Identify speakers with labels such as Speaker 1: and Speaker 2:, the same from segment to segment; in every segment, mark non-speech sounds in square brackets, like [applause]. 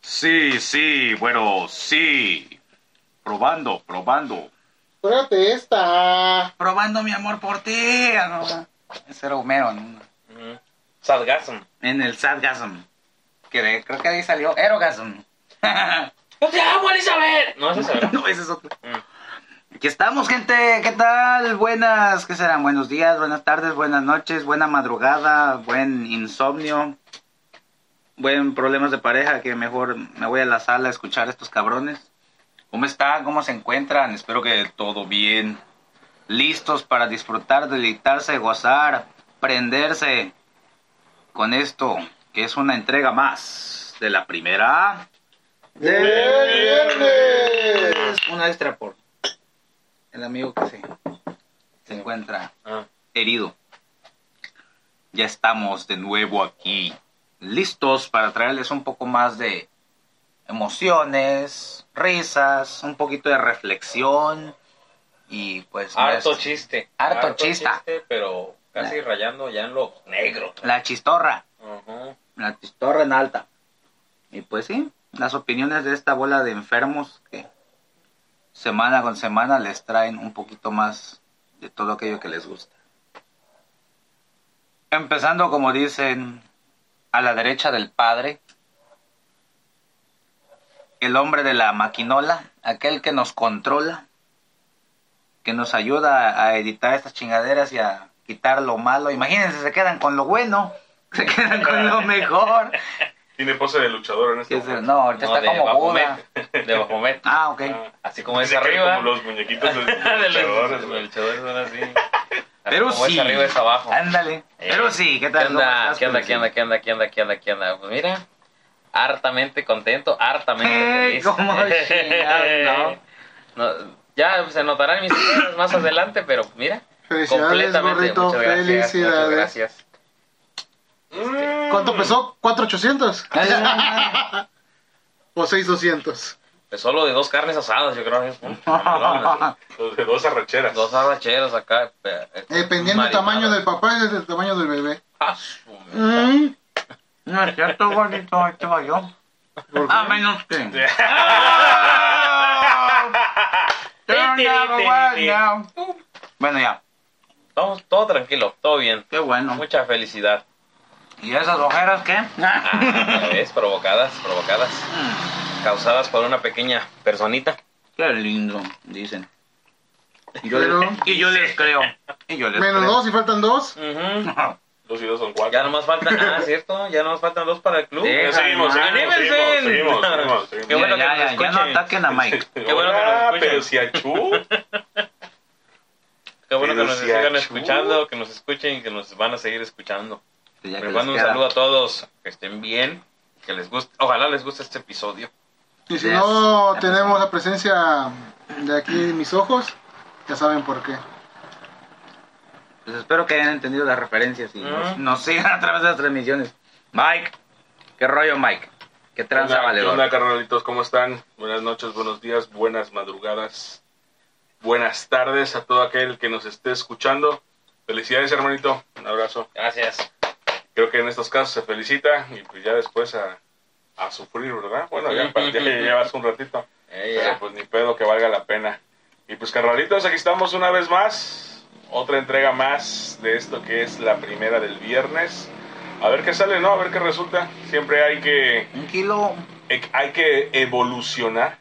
Speaker 1: Sí, sí, bueno, sí. Probando, probando.
Speaker 2: Espérate esta.
Speaker 3: Probando mi amor por ti. arroba. Ese era Homero en,
Speaker 4: Ujú. Sargasm.
Speaker 3: en el Sadgasm. Que de- creo que ahí salió Erogasm.
Speaker 4: ¡Yo te amo, Elizabeth! No, eso es [laughs]
Speaker 3: [laughs]
Speaker 4: Sargasm.
Speaker 3: no, ese es otro.
Speaker 4: Mm.
Speaker 3: Aquí estamos, gente. ¿Qué tal? Buenas, ¿qué serán? Buenos días, buenas tardes, buenas noches, buena madrugada, buen insomnio, buen problemas de pareja, que mejor me voy a la sala a escuchar a estos cabrones. ¿Cómo están? ¿Cómo se encuentran? Espero que todo bien. Listos para disfrutar, deleitarse, gozar, prenderse con esto, que es una entrega más de la primera.
Speaker 2: ¡Del viernes!
Speaker 3: Una extra por el amigo que se, se encuentra
Speaker 4: Ah.
Speaker 3: herido. Ya estamos de nuevo aquí, listos para traerles un poco más de emociones, risas, un poquito de reflexión y pues
Speaker 4: Harto
Speaker 3: nuestra-
Speaker 4: chiste.
Speaker 3: Harto chista.
Speaker 4: chiste, pero casi rayando ya en lo negro.
Speaker 3: la chistorra,
Speaker 4: Ujú.
Speaker 3: la chistorra en alta. Y pues sí, las opiniones de esta bola de enfermos que semana con semana les traen un poquito más de todo aquello que les gusta. Empezando como dicen, a la derecha del padre, el hombre de la maquinola, aquel que nos controla, que nos ayuda a editar estas chingaderas y a quitar lo malo. Imagínense, se quedan con lo bueno, se quedan con [laughs] lo mejor.
Speaker 5: Tiene pose de luchador en este
Speaker 3: ¿Qué es el-
Speaker 5: momento.
Speaker 3: No, ahorita
Speaker 4: No,
Speaker 3: está
Speaker 4: de
Speaker 3: como Buda.
Speaker 4: Baphomet. De Baphomet.
Speaker 3: Ah, ok.
Speaker 4: Ah, Así como es
Speaker 5: Tiene que ver
Speaker 4: arriba. [laughs]
Speaker 5: Como los muñequitos de los
Speaker 4: De los-
Speaker 5: luchadores,
Speaker 4: los
Speaker 5: güey.
Speaker 4: luchadores son así. Así
Speaker 3: Pero
Speaker 4: como
Speaker 3: sí.
Speaker 4: Es arriba es abajo.
Speaker 3: Ándale.
Speaker 4: Eh,
Speaker 3: Pero sí, ¿qué tal?
Speaker 4: ¿Qué onda?
Speaker 3: ¿Cómo
Speaker 4: ¿Qué onda?
Speaker 3: estás,
Speaker 4: ¿Qué onda?
Speaker 3: Luis?
Speaker 4: ¿Qué onda? ¿Qué onda? ¿Qué onda? ¿Qué onda? Pues mira, hartamente contento,
Speaker 3: Eh,
Speaker 4: hartamente feliz. [laughs]
Speaker 3: cómo chingados,
Speaker 4: No, ya se notarán mis ideas más adelante, pero mira,
Speaker 2: Felicidades,
Speaker 4: completamente.
Speaker 2: gorrito.
Speaker 4: muchas gracias, Muchas
Speaker 2: Felicidades.
Speaker 4: gracias.
Speaker 5: Mm.
Speaker 2: ¿Cuánto pesó? ¿4800?
Speaker 3: Ah,
Speaker 2: [laughs] ¿O 6200?
Speaker 4: Pues solo de dos carnes asadas, yo creo. que es un cabrón,
Speaker 3: ah,
Speaker 5: Los de dos arracheras. [laughs]
Speaker 4: Dos arracheros acá. eh,
Speaker 2: Dependiendo del
Speaker 4: marinados.
Speaker 2: tamaño del papá y del tamaño del bebé.
Speaker 4: Ah, su madre.
Speaker 2: Mm.
Speaker 3: No es cierto, gordito, ahí te va yo.
Speaker 2: ¿Por
Speaker 3: A
Speaker 2: qué?
Speaker 3: menos
Speaker 4: [laughs]
Speaker 3: que. Ah, you're not right now. Bueno, ya.
Speaker 4: Todo, todo tranquilo, todo bien.
Speaker 3: Qué bueno.
Speaker 4: Mucha felicidad.
Speaker 3: ¿Y esas ojeras qué?
Speaker 4: Ah, ¿ves? Provocadas, provocadas. Causadas por una pequeña personita.
Speaker 3: [laughs] Qué lindo, dicen. Y yo,
Speaker 2: Pero-
Speaker 3: les, y yo les creo. Y yo les
Speaker 2: Menos dos y faltan dos.
Speaker 3: [laughs]
Speaker 4: Ujú.
Speaker 3: creo.
Speaker 5: Dos y dos son cuatro.
Speaker 4: Ya nomás faltan, ah, cierto, ya nomás faltan dos para el club.
Speaker 3: Sí.
Speaker 5: Ya seguimos,
Speaker 3: Ah,
Speaker 5: seguimos,
Speaker 4: anímense.
Speaker 5: seguimos,
Speaker 4: [laughs]
Speaker 5: seguimos, seguimos,
Speaker 4: Qué
Speaker 5: seguimos.
Speaker 4: bueno
Speaker 3: ya,
Speaker 4: que nos
Speaker 3: ya, ya no
Speaker 4: escuchen.
Speaker 3: ataquen a
Speaker 4: [laughs]
Speaker 5: [laughs]
Speaker 3: Mike.
Speaker 4: Qué bueno que nos
Speaker 5: Hola,
Speaker 4: escuchan.
Speaker 5: pero
Speaker 4: [laughs]
Speaker 5: si achú.
Speaker 4: Qué bueno que
Speaker 5: Pero
Speaker 4: nos
Speaker 5: si
Speaker 4: sigan
Speaker 5: achú.
Speaker 4: escuchando, que nos escuchen y que nos van a seguir escuchando.
Speaker 3: Ya que
Speaker 4: Les
Speaker 3: les
Speaker 4: mando un
Speaker 3: queda.
Speaker 4: saludo a todos, que estén bien, que les guste, ojalá les guste este episodio.
Speaker 2: Y si
Speaker 3: Yes.
Speaker 2: no tenemos la presencia de aquí en mis ojos, ya saben por qué. [laughs]
Speaker 3: Pues espero que hayan entendido las referencias y nos,
Speaker 4: Ujú.
Speaker 3: nos sigan a través de las transmisiones. Mike, ¿qué rollo, Mike? ¿Qué tranza,
Speaker 5: Hola, ¿Qué
Speaker 3: valedor?
Speaker 5: onda, carnalitos? ¿Cómo están? Buenas noches, buenos días, buenas madrugadas, buenas tardes a todo aquel que nos esté escuchando. Felicidades, hermanito. Un abrazo.
Speaker 4: Gracias.
Speaker 5: Creo que en estos casos se felicita y pues ya después a, a sufrir, ¿verdad? Bueno, ya, para- ya llevas un ratito.
Speaker 4: Eh,
Speaker 5: Pero
Speaker 4: ya.
Speaker 5: pues ni pedo que valga la pena. Y pues carnalitos, aquí estamos una vez más. Otra entrega más de esto que es la primera del viernes. A ver qué sale, ¿no? A ver qué resulta. Siempre hay que, e,
Speaker 3: Un kilo.
Speaker 5: hay que evolucionar.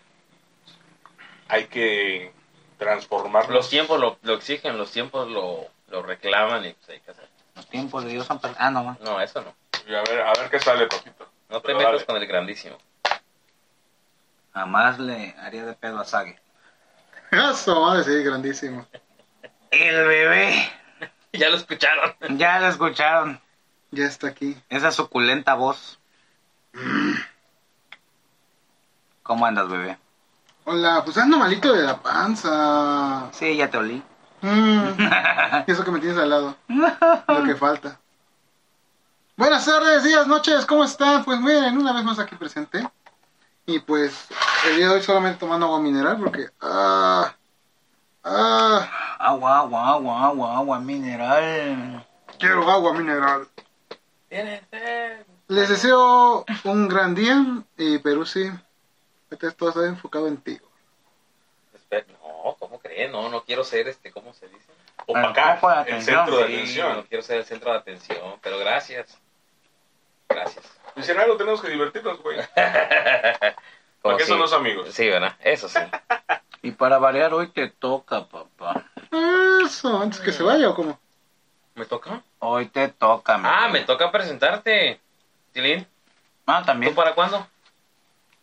Speaker 5: Hay que transformar
Speaker 4: Los tiempos lo, lo exigen, los tiempos lo, lo reclaman y pues hay que hacer.
Speaker 3: Los tiempos de Dios han pasado. Ah, no, man.
Speaker 4: No, eso no.
Speaker 5: Y A ver, a ver qué sale, papito.
Speaker 4: No te
Speaker 5: Pero
Speaker 4: metas
Speaker 5: dale.
Speaker 4: con el grandísimo.
Speaker 3: Jamás le haría de pedo a Sage.
Speaker 2: Eso, Ah, madre, sí, grandísimo.
Speaker 3: El bebé.
Speaker 4: Ya lo escucharon.
Speaker 3: Ya lo escucharon.
Speaker 2: Ya está aquí.
Speaker 3: Esa suculenta voz. ¿Cómo andas, bebé?
Speaker 2: Hola, pues ando malito de la panza.
Speaker 3: Sí, ya te olí.
Speaker 2: Mm, y eso que me tienes al lado. Lo que falta. Buenas tardes, días, noches, ¿cómo están? Pues miren, una vez más aquí presente. Y pues el día de hoy solamente tomando agua mineral porque... Ah, ah,
Speaker 3: agua, agua, agua, agua, agua mineral.
Speaker 2: quiero agua mineral.
Speaker 4: Tienes sed.
Speaker 2: Les deseo un gran día y Perú sí, ahorita todo está enfocado en ti.
Speaker 4: Espe- No, ¿cómo creen? No, no quiero ser este, ¿cómo se dice?
Speaker 5: Opacar
Speaker 3: foco de
Speaker 5: el
Speaker 3: atención,
Speaker 5: centro de
Speaker 4: Sí, No
Speaker 5: atención.
Speaker 4: quiero ser el centro de atención, pero gracias. Gracias.
Speaker 5: Y si en algo tenemos que divertirnos, güey.
Speaker 4: Como
Speaker 5: Porque
Speaker 4: si-
Speaker 5: son los amigos.
Speaker 4: Sí, ¿verdad? Eso
Speaker 5: [laughs]
Speaker 4: sí.
Speaker 3: Y para variar, hoy te toca, papá.
Speaker 2: Eso, antes que se vaya o cómo.
Speaker 4: ¿Me toca?
Speaker 3: Hoy te toca, mi
Speaker 4: Ah,
Speaker 3: rey.
Speaker 4: me toca presentarte. Tilín,
Speaker 3: Ah,
Speaker 4: ¿tú
Speaker 3: también.
Speaker 4: para cuándo?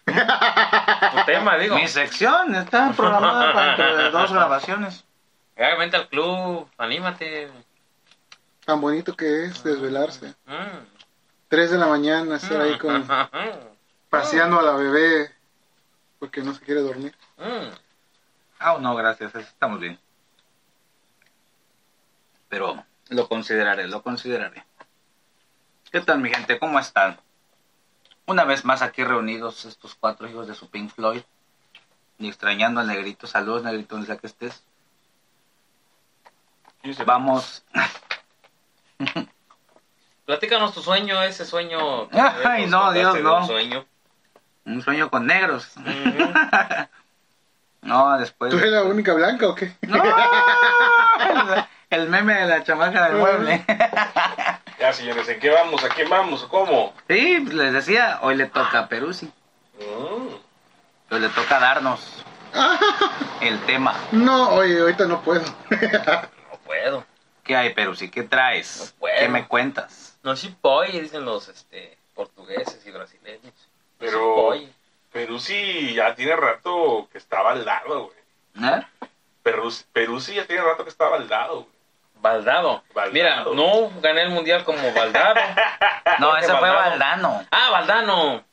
Speaker 4: tu tema, digo.
Speaker 3: Mi sección
Speaker 4: [laughs]
Speaker 3: está programada para dentro de dos grabaciones.
Speaker 4: Ya, vente al club, anímate.
Speaker 2: Tan bonito que es desvelarse.
Speaker 4: Mm.
Speaker 2: 3 de la mañana, estar ahí con, paseando a la bebé porque no se quiere dormir.
Speaker 4: Mm.
Speaker 3: Ah, no, gracias, eso estamos bien. Pero lo consideraré, lo consideraré. ¿Qué tal, mi gente? ¿Cómo están? Una vez más aquí reunidos estos cuatro hijos de su Pink Floyd. Y extrañando al negrito. Saludos, negrito, donde sea que estés. Vamos.
Speaker 4: Platícanos tu sueño, ese sueño. que
Speaker 3: Ay,
Speaker 4: nos
Speaker 3: no,
Speaker 4: contaste
Speaker 3: Dios,
Speaker 4: de
Speaker 3: no.
Speaker 4: Un sueño.
Speaker 3: Un sueño con negros.
Speaker 4: Ujú.
Speaker 3: [laughs] No, después.
Speaker 2: ¿Tú eres la única blanca o qué?
Speaker 3: ¡No! El, [laughs] el meme de la chamaca del
Speaker 4: [laughs]
Speaker 3: mueble.
Speaker 5: Ya, señores, ¿en qué vamos? ¿A qué vamos? ¿Cómo?
Speaker 3: Sí, pues, les decía, hoy le toca a Perusi.
Speaker 5: Mm.
Speaker 3: Hoy le toca
Speaker 4: [laughs]
Speaker 3: darnos el tema.
Speaker 2: No, oye, ahorita no puedo.
Speaker 4: No puedo.
Speaker 3: ¿Qué hay, Perusi? ¿Qué traes?
Speaker 4: No puedo.
Speaker 3: ¿Qué me cuentas?
Speaker 4: No sí voy, dicen los este, portugueses y brasileños.
Speaker 5: Pero-
Speaker 4: No sí voy.
Speaker 5: Perú sí ya tiene rato que está baldado, güey.
Speaker 3: ¿Eh?
Speaker 5: Perú, Perú sí ya tiene rato que está baldado, güey.
Speaker 4: Baldado.
Speaker 5: Baldado.
Speaker 4: Mira, no gané el mundial como [laughs] Baldado.
Speaker 3: No,
Speaker 4: Creo que
Speaker 3: ese fue
Speaker 4: Valdano.
Speaker 3: Valdano.
Speaker 4: Ah, Baldano.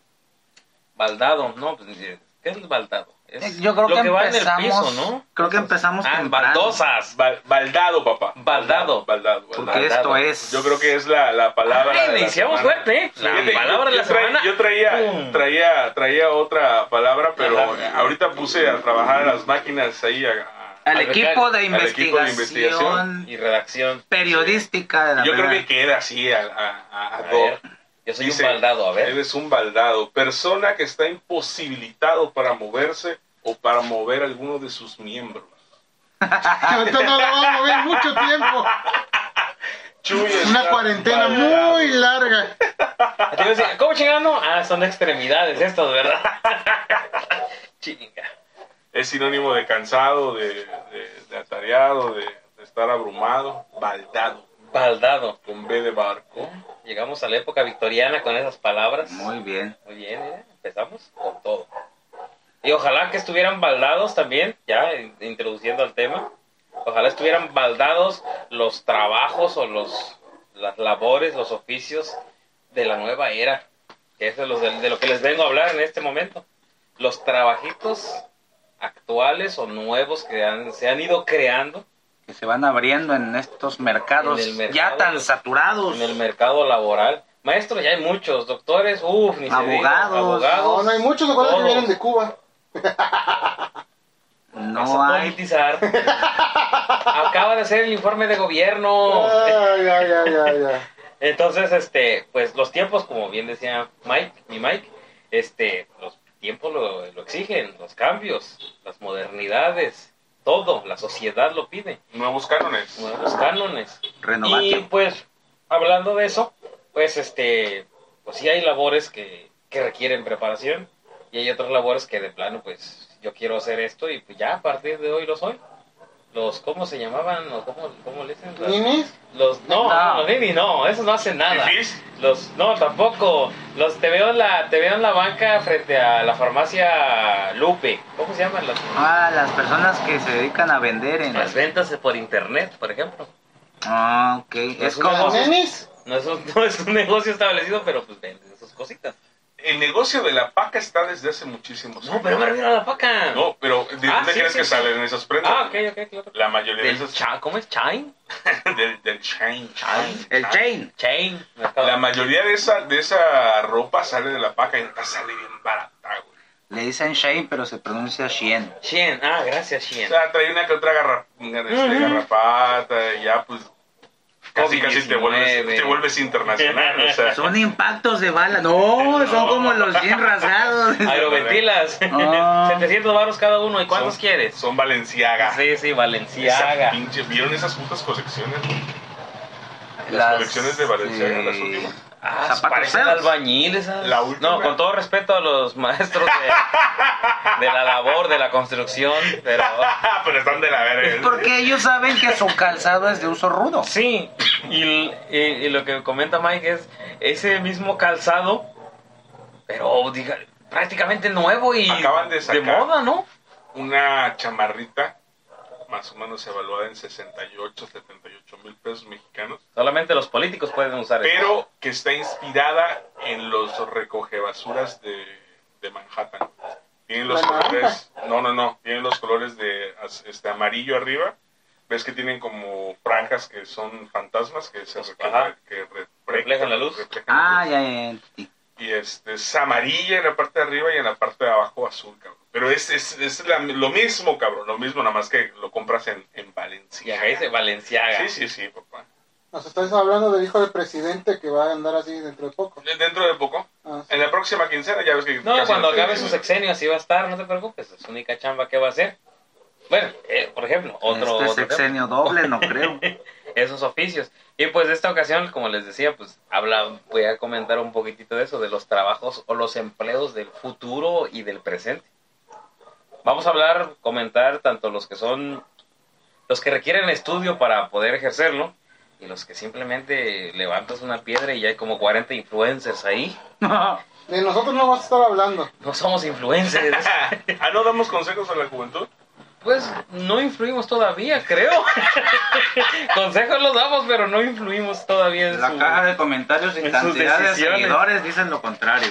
Speaker 4: Baldado, no, pues ¿qué es Baldado? Es
Speaker 3: Eh, Yo creo
Speaker 4: lo
Speaker 3: que,
Speaker 4: va en el
Speaker 3: empezamos.
Speaker 4: piso, ¿no?
Speaker 3: Creo que empezamos
Speaker 4: Ah,
Speaker 3: temprano,
Speaker 4: baldosas.
Speaker 5: Bal- baldado, papá.
Speaker 4: Baldado.
Speaker 5: Baldado, baldado.
Speaker 3: Porque esto
Speaker 4: Valdano.
Speaker 3: es.
Speaker 5: Yo creo que es la, la palabra.
Speaker 4: Ay,
Speaker 5: de la
Speaker 4: iniciamos
Speaker 5: semana.
Speaker 4: fuerte, ¿eh? La
Speaker 5: Fíjate,
Speaker 4: palabra de
Speaker 5: yo
Speaker 4: la
Speaker 5: traía-
Speaker 4: semana.
Speaker 5: Yo traía,
Speaker 4: Pum.
Speaker 5: traía, traía otra palabra, pero
Speaker 4: Ajá. Ah,
Speaker 5: eh, ahorita puse a trabajar a las máquinas ahí. A, a-
Speaker 3: Al
Speaker 4: Al
Speaker 3: equipo de
Speaker 5: al equipo de investigación.
Speaker 3: investigación
Speaker 4: Y redacción.
Speaker 3: periodística de la
Speaker 5: yo creo
Speaker 3: verdad.
Speaker 5: que queda así a, a- a- a
Speaker 4: A
Speaker 5: do.
Speaker 4: ver, yo soy
Speaker 5: Dice,
Speaker 4: un baldado, a ver.
Speaker 5: Eres un baldado. Persona que está imposibilitado para moverse o para mover alguno de sus miembros.
Speaker 2: Ahorita no lo vamos a ver mucho tiempo.
Speaker 5: Chuy
Speaker 2: Una
Speaker 5: está
Speaker 2: cuarentena
Speaker 5: baldado.
Speaker 2: muy larga.
Speaker 4: Ah, te iba [laughs] a decir, ¿Cómo chingando? Ah, son extremidades estas, [laughs] ¿verdad? Chinga.
Speaker 5: Es sinónimo de cansado, de, de- de atareado, de, de estar abrumado. Baldado.
Speaker 4: Baldado.
Speaker 5: Con B de barco.
Speaker 4: Llegamos a la época victoriana con esas palabras.
Speaker 3: Muy bien.
Speaker 4: Muy bien, mira, empezamos con todo. Y ojalá que estuvieran baldados también, ya eh, introduciendo al tema. Ojalá estuvieran baldados los trabajos o los, las labores, los oficios de la nueva era. Que eso es los de, de lo que les vengo a hablar en este momento. Los trabajitos actuales o nuevos que han- se han ido creando
Speaker 3: Que se van abriendo en estos mercados
Speaker 4: En el mercado.
Speaker 3: ya tan saturados.
Speaker 4: en el mercado laboral. Maestros, ya hay muchos. Doctores, uff, ni se diga,
Speaker 3: Abogados.
Speaker 4: abogados.
Speaker 2: No, no hay muchos, acuérdate que
Speaker 4: todos.
Speaker 2: vienen de Cuba.
Speaker 4: Vas
Speaker 3: No
Speaker 4: a
Speaker 3: hay [laughs]
Speaker 4: politizar. Acaba de hacer el informe de gobierno.
Speaker 3: Ah.
Speaker 2: Ay, ay, ay, ay, ay.
Speaker 4: Entonces, este, pues los tiempos, como bien decía Mike, mi Mike, este, los tiempos lo, lo exigen, los cambios, las modernidades, todo, la sociedad lo pide,
Speaker 5: Nuevos cánones.
Speaker 4: nuevos cánones. Y
Speaker 3: renovación.
Speaker 4: pues, hablando de eso, pues este, pues sí hay labores que, que requieren preparación y hay otras labores que de plano, pues yo quiero hacer esto y pues ya a partir de hoy lo soy. Los, ¿cómo se llamaban? ¿O cómo, cómo le dicen? Las-
Speaker 2: ¿Ninis?
Speaker 4: Los, no,
Speaker 3: No.
Speaker 4: no, los nini no, esos no hacen nada.
Speaker 5: Fifís.
Speaker 4: Los, no, tampoco. Los, te veo en la, te veo en la banca frente a la farmacia Lupe. ¿Cómo se llaman las?
Speaker 3: Ah, las personas que se dedican a vender en
Speaker 4: Las ventas por internet, por ejemplo.
Speaker 3: Ah, ok.
Speaker 4: Es
Speaker 3: Es
Speaker 4: un
Speaker 3: como.
Speaker 4: negocio.
Speaker 2: ¿Ninis?
Speaker 4: No es un, [laughs] no es un negocio establecido, pero pues venden sus cositas.
Speaker 5: El negocio de la paca está desde hace muchísimos
Speaker 4: No, pero me refiero a la paca.
Speaker 5: No, pero ¿de
Speaker 4: Ah,
Speaker 5: dónde
Speaker 4: sí,
Speaker 5: crees
Speaker 4: sí,
Speaker 5: que
Speaker 4: sí.
Speaker 5: salen esas prendas?
Speaker 4: Ah, ok, ok, claro.
Speaker 5: La mayoría de
Speaker 4: Del
Speaker 5: esas.
Speaker 4: cha- ¿Cómo es? ¿Chain?
Speaker 5: [laughs] del, del chain, chain,
Speaker 3: El
Speaker 5: chain.
Speaker 3: chain.
Speaker 4: Chain.
Speaker 5: La mayoría de esa, de esa ropa sale de la paca y neta sale bien barata, güey.
Speaker 3: Le dicen Shane, pero se pronuncia Shien.
Speaker 4: Shien. Ah, gracias,
Speaker 5: O
Speaker 4: Shien.
Speaker 5: sea, trae una que otra garra- este,
Speaker 4: Ujú.
Speaker 5: garrapata y ya, pues. Casi, casi te vuelves, te vuelves internacional. o sea.
Speaker 3: Son impactos de bala. No, son
Speaker 5: No.
Speaker 3: como los jeans rasgados.
Speaker 4: Aeroventilas. [laughs]
Speaker 3: Ah.
Speaker 4: 700 baros cada uno. ¿Y cuántos
Speaker 5: Son-
Speaker 4: quieres? Ah,
Speaker 5: Son Valenciaga.
Speaker 4: Sí, sí,
Speaker 5: Esa
Speaker 4: Valenciaga.
Speaker 5: pinche- ¿Vieron esas putas colecciones? [laughs] güey? Las,
Speaker 3: Las-
Speaker 5: colecciones de Valenciaga, las
Speaker 3: sí.
Speaker 5: últimas.
Speaker 4: Ah,
Speaker 3: Zapatos
Speaker 4: parecen
Speaker 3: feos.
Speaker 4: albañiles. esas.
Speaker 5: La última.
Speaker 4: No, con todo respeto a los maestros de, de la labor, de la construcción, pero...
Speaker 5: Ah, Pero están de la verga. ¿eh?
Speaker 3: Es porque ellos saben que su calzado es de uso rudo.
Speaker 4: Sí, y, l- y- y lo que comenta Mike es ese mismo calzado, pero diga, prácticamente nuevo y
Speaker 5: Acaban de sacar.
Speaker 4: moda, ¿no?
Speaker 5: Una chamarrita, más o menos evaluada en 68, 78 mil pesos mexicanos.
Speaker 4: Solamente los políticos pueden usar eso.
Speaker 5: Pero que está inspirada en los recogebasuras de, de Manhattan. Tienen los
Speaker 2: Bueno.
Speaker 5: colores, no, no, no, tienen los colores de as- este amarillo arriba. Ves que tienen como franjas que son fantasmas que se que
Speaker 4: Ajá.
Speaker 5: re- que re-
Speaker 4: Reflejan la luz.
Speaker 5: reflejan la
Speaker 3: Ah,
Speaker 5: luz.
Speaker 3: ya, ya, ya.
Speaker 5: Y este, es amarilla en la parte de arriba y en la parte de abajo azul, cabrón. Pero es, es, es la- lo mismo, cabrón, lo mismo, nada más que lo compras en, en
Speaker 4: Y
Speaker 5: Valencia.
Speaker 4: acá dice Valenciaga.
Speaker 5: Sí, sí, sí, papá.
Speaker 2: Nos estáis hablando del hijo del presidente que va a andar así dentro de poco.
Speaker 5: Dentro de poco,
Speaker 2: Ah, sí.
Speaker 5: en la próxima quincena ya ves que...
Speaker 4: No,
Speaker 5: casi
Speaker 4: cuando
Speaker 5: te-
Speaker 4: acabe su sexenio así va a estar, no te preocupes, es su única chamba que va a hacer. Bueno, eh, por ejemplo, otro...
Speaker 3: este
Speaker 4: otro ejemplo.
Speaker 3: sexenio doble, no creo.
Speaker 4: esos oficios. Y pues de esta ocasión, como les decía, pues habla, voy a comentar un poquitito de eso, de los trabajos o los empleos del futuro y del presente. Vamos a hablar, comentar tanto los que son, los que requieren estudio para poder ejercerlo, y los que simplemente levantas una piedra y ya hay como 40 influencers ahí.
Speaker 2: De nosotros no vas a estar hablando.
Speaker 4: No somos influencers.
Speaker 5: [laughs]
Speaker 3: [laughs]
Speaker 5: ah, no damos consejos a la juventud.
Speaker 4: Pues no influimos todavía, creo. [laughs] Consejos los damos, pero no influimos todavía [laughs] en
Speaker 3: La
Speaker 4: su-
Speaker 3: caja de comentarios y
Speaker 4: en sus
Speaker 3: cantidad de
Speaker 4: decisiones.
Speaker 3: seguidores dicen lo contrario.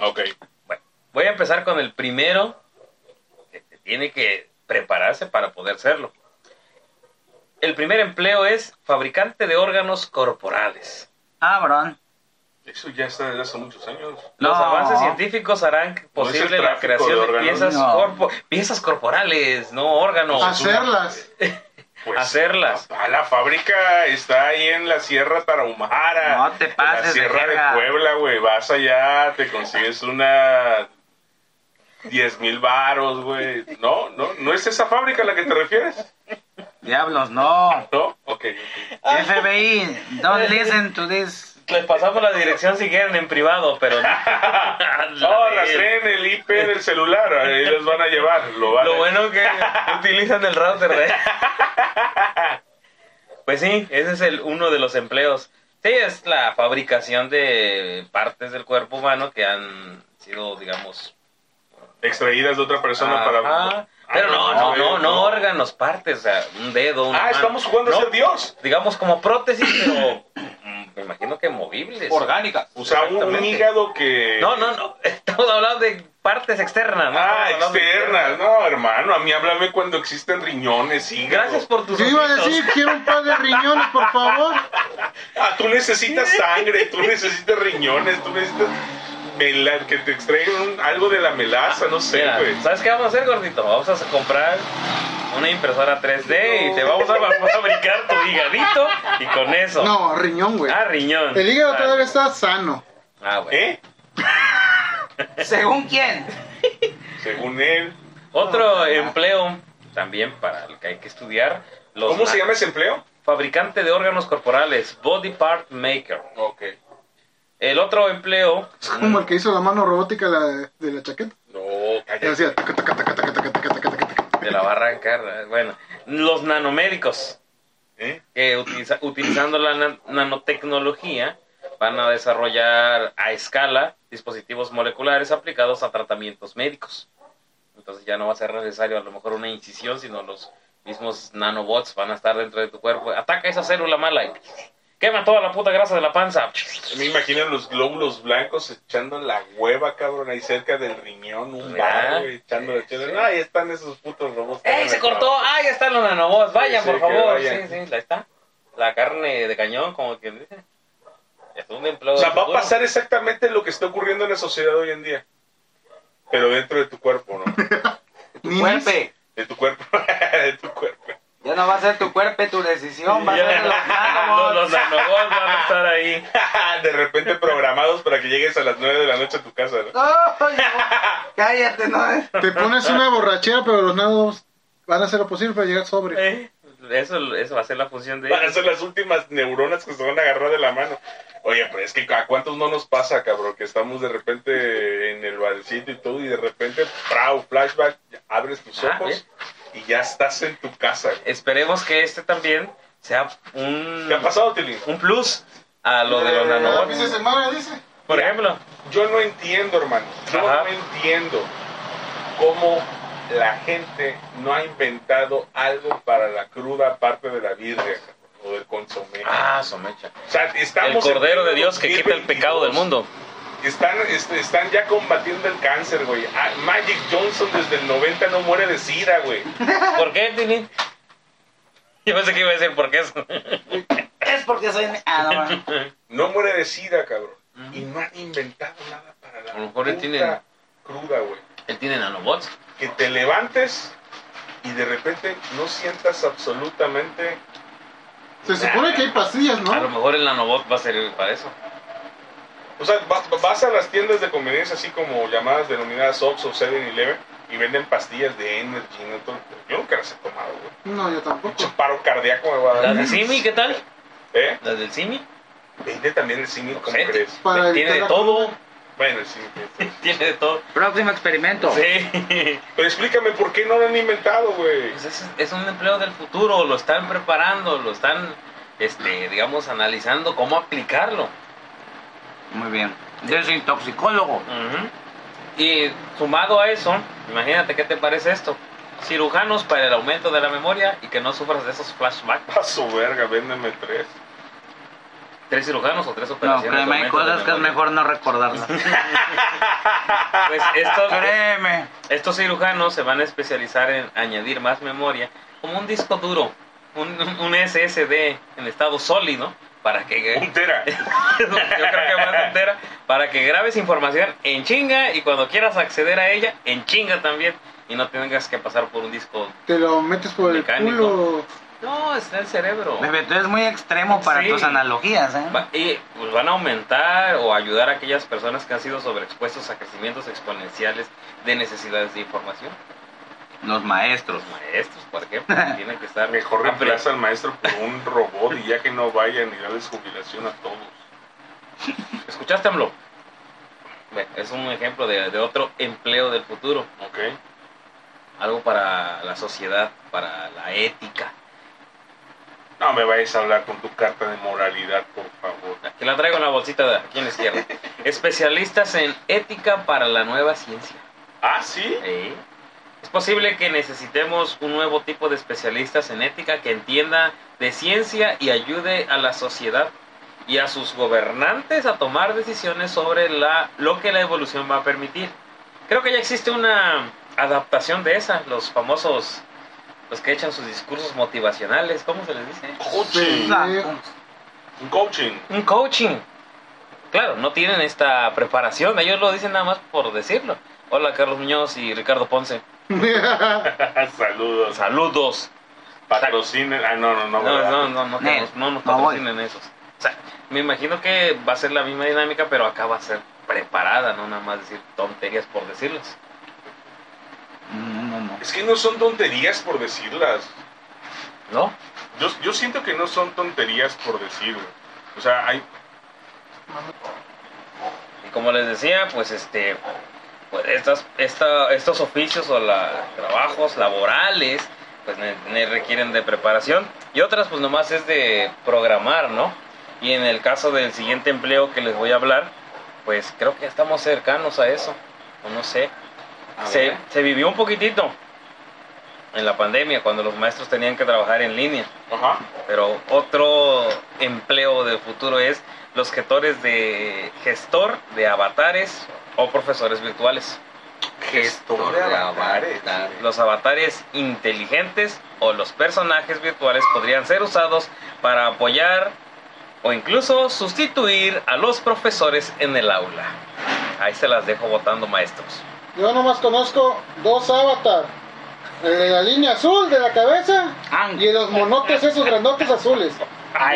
Speaker 5: Ok.
Speaker 4: Voy a empezar con el primero que te tiene que prepararse para poder serlo. El primer empleo es fabricante de órganos corporales.
Speaker 3: Ah, bron.
Speaker 5: Eso ya está desde hace muchos años.
Speaker 4: Los
Speaker 3: No.
Speaker 4: avances científicos harán posible
Speaker 5: el
Speaker 4: la
Speaker 5: tráfico
Speaker 4: creación
Speaker 5: de
Speaker 4: de,
Speaker 5: órganos.
Speaker 4: piezas,
Speaker 3: No.
Speaker 4: corpo- piezas corporales, no órganos.
Speaker 2: Ah, Hacerlas.
Speaker 5: Pues,
Speaker 4: Hacerlas.
Speaker 5: papá, la fábrica está ahí en la Sierra Tarahumara.
Speaker 3: No te
Speaker 5: en
Speaker 3: pases de
Speaker 5: La Sierra de,
Speaker 3: jerga.
Speaker 5: Puebla, güey. Vas allá, te consigues una... 10 mil varos, güey. No, no, no es esa fábrica a la que te refieres.
Speaker 3: Diablos,
Speaker 5: [laughs]
Speaker 3: no.
Speaker 5: No, ok. ok.
Speaker 3: FBI,
Speaker 5: [laughs]
Speaker 3: don't listen to this.
Speaker 4: Les pasamos la dirección si quieren en privado, pero...
Speaker 5: [laughs]
Speaker 4: no. [laughs]
Speaker 5: No, las traen el IP del celular. Ahí los van a llevar. Lo, van
Speaker 4: Lo
Speaker 5: a-
Speaker 4: bueno
Speaker 5: [laughs]
Speaker 4: que utilizan el router de... Pues sí, ese es el uno de los empleos. Sí, es la fabricación de partes del cuerpo humano que han sido, digamos...
Speaker 5: Extraídas de otra persona para. Ah,
Speaker 4: ajá. Pero no, no, no, no
Speaker 5: órgano.
Speaker 4: órganos, partes, o sea, un dedo, una
Speaker 5: Ah,
Speaker 4: mano.
Speaker 5: estamos jugando a
Speaker 4: No,
Speaker 5: ser Dios.
Speaker 4: Digamos como prótesis, pero mm, me imagino que movibles.
Speaker 3: Orgánicas.
Speaker 5: O sea, un- un
Speaker 4: Exactamente.
Speaker 5: hígado que.
Speaker 4: No, no, no, estamos hablando de partes externas. no
Speaker 5: Ah,
Speaker 4: estamos hablando de
Speaker 5: externas. No, hermano, a mí háblame cuando existen riñones, hígado.
Speaker 4: Gracias por tus
Speaker 2: Yo iba a
Speaker 4: ojitos.
Speaker 2: decir, quiero un par de riñones, por favor.
Speaker 5: Ah,
Speaker 4: [laughs]
Speaker 5: tú necesitas sangre, tú necesitas riñones, tú necesitas. mela- que te extraigan un- algo de la melaza, no sé, pues.
Speaker 4: Mira,
Speaker 5: güey.
Speaker 4: ¿Sabes qué vamos a hacer, gordito? Vamos a comprar una impresora 3D y te vamos a fabricar tu higadito y con eso.
Speaker 2: No, riñón, güey.
Speaker 4: Ah, riñón.
Speaker 2: El hígado
Speaker 4: Ah,
Speaker 2: todavía está sano.
Speaker 4: Ah, bueno.
Speaker 5: ¿Eh?
Speaker 3: ¿Según quién?
Speaker 5: Según él.
Speaker 4: Otro empleo también para el que hay que estudiar. Los
Speaker 5: ¿Cómo se
Speaker 4: na-
Speaker 5: llama ese empleo?
Speaker 4: Fabricante de órganos corporales, body part maker.
Speaker 5: Ok.
Speaker 4: El otro empleo.
Speaker 2: Es como el que hizo la mano robótica la de, de la chaqueta.
Speaker 5: No,
Speaker 2: Que
Speaker 5: cállate.
Speaker 2: hacía taca, taca, taca, taca, taca, taca, taca, taca, taca.
Speaker 4: de la barranca. Bueno, los nanomédicos.
Speaker 5: ¿Eh?
Speaker 4: que utiliza- utilizando la nan- nanotecnología van a desarrollar a escala dispositivos moleculares aplicados a tratamientos médicos. Entonces ya no va a ser necesario a lo mejor una incisión, sino los mismos nanobots van a estar dentro de tu cuerpo. Ataca esa célula mala y quema toda la puta grasa de la panza.
Speaker 5: Me imagino los glóbulos blancos echando la hueva, cabrón, ahí cerca del riñón, un
Speaker 4: ¿Verdad?
Speaker 5: bar, güey, echando
Speaker 4: Sí, sí.
Speaker 5: echando. ahí están esos putos robots.
Speaker 4: ¡Ey, se cortó! ¡Ah, ya están los nanobots! ¡Vayan,
Speaker 5: Sí,
Speaker 4: por
Speaker 5: sí, que
Speaker 4: favor!
Speaker 5: vayan.
Speaker 4: Sí, sí, ahí está. La carne de cañón, como quien dice. Es un empleo
Speaker 5: O sea,
Speaker 4: del
Speaker 5: va a
Speaker 4: futuro.
Speaker 5: pasar exactamente lo que está ocurriendo en la sociedad hoy en día. Pero dentro de tu cuerpo, ¿no?
Speaker 2: Ninis.
Speaker 3: Cuerpe.
Speaker 5: [laughs] De tu cuerpo. [laughs] de tu cuerpo.
Speaker 3: Ya no va a ser tu cuerpo, tu
Speaker 4: [laughs]
Speaker 3: decisión, va a ser de los
Speaker 4: Los,
Speaker 3: nanobots.
Speaker 4: los
Speaker 5: [laughs]
Speaker 4: nanobots van a estar ahí.
Speaker 5: de repente programados para que llegues a las 9 de la noche a tu casa, ¿no?
Speaker 3: Ay,
Speaker 5: [laughs]
Speaker 3: no. Cállate, no es.
Speaker 2: Te pones una borrachera, pero los nados van a hacer lo posible para llegar sobre.
Speaker 4: Eh, Eso, eso va a ser la función de
Speaker 5: Van a ser Ah, las últimas neuronas que se van a agarrar de la mano. Oye, pero es que a cuántos no nos pasa, cabrón, que estamos de repente en el barcito y todo, y de repente, ¡prau! Flashback, abres tus
Speaker 4: Ah,
Speaker 5: ojos y ya estás en tu casa.
Speaker 4: Esperemos que este también sea un,
Speaker 5: ¿Qué ha pasado, Tilly?
Speaker 4: un plus a lo de los
Speaker 2: La fin de
Speaker 4: nanobots.
Speaker 2: semana dice.
Speaker 4: Por ejemplo,
Speaker 5: Yo no entiendo, hermano. Yo
Speaker 4: Ajá.
Speaker 5: no entiendo cómo la gente no ha inventado algo para la cruda parte de la birria cabrón, o del consomé.
Speaker 4: ah, somecha.
Speaker 5: O sea,
Speaker 4: El
Speaker 5: estamos en
Speaker 4: Cordero de Dios que quita el
Speaker 5: 2022.
Speaker 4: pecado del mundo.
Speaker 5: Están, est- están ya combatiendo el cáncer, güey. Ah, Magic Johnson desde el 90 no muere de sida, güey.
Speaker 4: ¿Por qué, [laughs] Tilín? Yo pensé que iba a decir por qué eso.
Speaker 3: Es porque soy. Ah, no, bueno.
Speaker 5: [laughs] No muere de sida, cabrón. Y no han inventado nada para la
Speaker 4: A lo mejor él
Speaker 5: puta
Speaker 4: tiene-
Speaker 5: cruda, güey.
Speaker 4: Él tiene nanobots.
Speaker 5: Que te levantes y de repente no sientas absolutamente...
Speaker 2: Se
Speaker 4: Eh,
Speaker 2: supone que hay pastillas,
Speaker 4: A lo
Speaker 2: ¿no?
Speaker 4: mejor el nanobot va a servir para eso.
Speaker 5: O sea, va- va- vas a las tiendas de conveniencia así como llamadas denominadas Ops o 7-Eleven y venden pastillas de Energy. ¿no? Todo- Yo nunca las he tomado, güey.
Speaker 2: No, yo tampoco.
Speaker 5: Pinche paro cardíaco me va a dar.
Speaker 4: ¿Las del Simi, qué tal?
Speaker 5: ¿Eh?
Speaker 4: ¿Las del Simi?
Speaker 5: Vende también el cine, ¿cómo
Speaker 4: Sí.
Speaker 5: crees?
Speaker 2: Para
Speaker 4: Tiene
Speaker 2: evitar
Speaker 4: de
Speaker 2: la-
Speaker 4: todo.
Speaker 5: Bueno, el cine. pues.
Speaker 4: Tiene de todo.
Speaker 3: Próximo experimento.
Speaker 4: Sí.
Speaker 5: Pero explícame por qué no lo han inventado, güey.
Speaker 4: Pues es, es un empleo del futuro, lo están preparando, lo están, este, digamos, analizando cómo aplicarlo.
Speaker 3: Muy bien. Desintoxicólogo.
Speaker 4: Y sumado a eso, imagínate qué te parece esto. Cirujanos para el aumento de la memoria y que no sufras de esos flashbacks.
Speaker 5: A su verga, véndeme tres.
Speaker 4: Tres cirujanos o tres
Speaker 3: No,
Speaker 4: operaciones. de
Speaker 3: créeme, hay
Speaker 4: aumento de
Speaker 3: cosas que es
Speaker 4: memoria.
Speaker 3: mejor no
Speaker 5: [laughs]
Speaker 3: recordarlas.
Speaker 4: Pues estos,
Speaker 3: créeme.
Speaker 4: estos cirujanos se van a especializar en añadir más memoria, como un disco duro, un, un SSD en estado sólido, para que
Speaker 5: Un tera.
Speaker 4: Yo creo que más entera para que grabes información en chinga y cuando quieras acceder a ella en chinga también y no tengas que pasar por un disco.
Speaker 2: Te lo metes por el
Speaker 4: Mecánico.
Speaker 2: culo.
Speaker 4: No, está el cerebro.
Speaker 3: Bebé, tú eres muy extremo para
Speaker 4: Sí.
Speaker 3: tus analogías, ¿eh?
Speaker 4: Va- y pues, van a aumentar o ayudar a aquellas personas que han sido sobreexpuestos a crecimientos exponenciales de necesidades de información.
Speaker 3: Los maestros.
Speaker 4: Los maestros, por ejemplo, que tienen que estar [laughs]
Speaker 5: Mejor
Speaker 4: apre-
Speaker 5: reemplaza al maestro por un robot y ya que no vayan y darles jubilación a todos.
Speaker 4: ¿Escuchaste, AMLO? Bueno, es un ejemplo de, de otro empleo del futuro.
Speaker 5: ¿Ok?
Speaker 4: Algo para la sociedad, para la ética.
Speaker 5: No me vayas a hablar con tu carta de moralidad, por favor.
Speaker 4: Aquí la traigo en la bolsita de aquí en la izquierda. Especialistas en ética para la nueva ciencia.
Speaker 5: ¿Ah, sí?
Speaker 4: ¿Eh? Es posible que necesitemos un nuevo tipo de especialistas en ética que entienda de ciencia y ayude a la sociedad y a sus gobernantes a tomar decisiones sobre la, lo que la evolución va a permitir. Creo que ya existe una adaptación de esa, los famosos, los que echan sus discursos motivacionales, ¿cómo se les dice?
Speaker 5: Coaching.
Speaker 3: No,
Speaker 5: Un coaching. [laughs]
Speaker 4: un coaching. Claro, no tienen esta preparación, ellos lo dicen nada más por decirlo. Hola Carlos Muñoz y Ricardo Ponce.
Speaker 2: [laughs]
Speaker 5: Saludos.
Speaker 4: Saludos.
Speaker 5: Patrocinen. Ah, no, no, no.
Speaker 4: No, no,
Speaker 5: ¿verdad?
Speaker 4: no, no, no,
Speaker 3: Nel,
Speaker 4: nos- no nos
Speaker 3: no voy.
Speaker 4: patrocinen esos. O sea, me imagino que va a ser la misma dinámica, pero acá va a ser preparada, no nada más decir tonterías por decirlas.
Speaker 3: no, no, no.
Speaker 5: Es que no son tonterías por decirlas.
Speaker 4: ¿No?
Speaker 5: Yo, yo siento que no son tonterías por decir, güey. O sea, hay,
Speaker 4: Y como les decía, pues este, pues estas, esta, estos oficios o la, trabajos laborales, pues ne- ne requieren de preparación. Y otras, pues nomás es de programar, ¿no? Y en el caso del siguiente empleo que les voy a hablar, pues creo que ya estamos cercanos a eso, o no sé.
Speaker 5: A
Speaker 4: Se,
Speaker 5: ver.
Speaker 4: se vivió un poquitito en la pandemia, cuando los maestros tenían que trabajar en línea.
Speaker 5: Ajá.
Speaker 4: Pero otro empleo del futuro es los gestores de gestor de avatares o profesores virtuales.
Speaker 5: Gestor de avatares.
Speaker 4: avatar. Los avatares inteligentes o los personajes virtuales podrían ser usados para apoyar o incluso sustituir a los profesores en el aula. Ahí se las dejo votando maestros.
Speaker 2: Yo nomás conozco dos avatar. El de la línea azul de la cabeza
Speaker 3: Ah.
Speaker 2: y los monotes esos grandotes azules.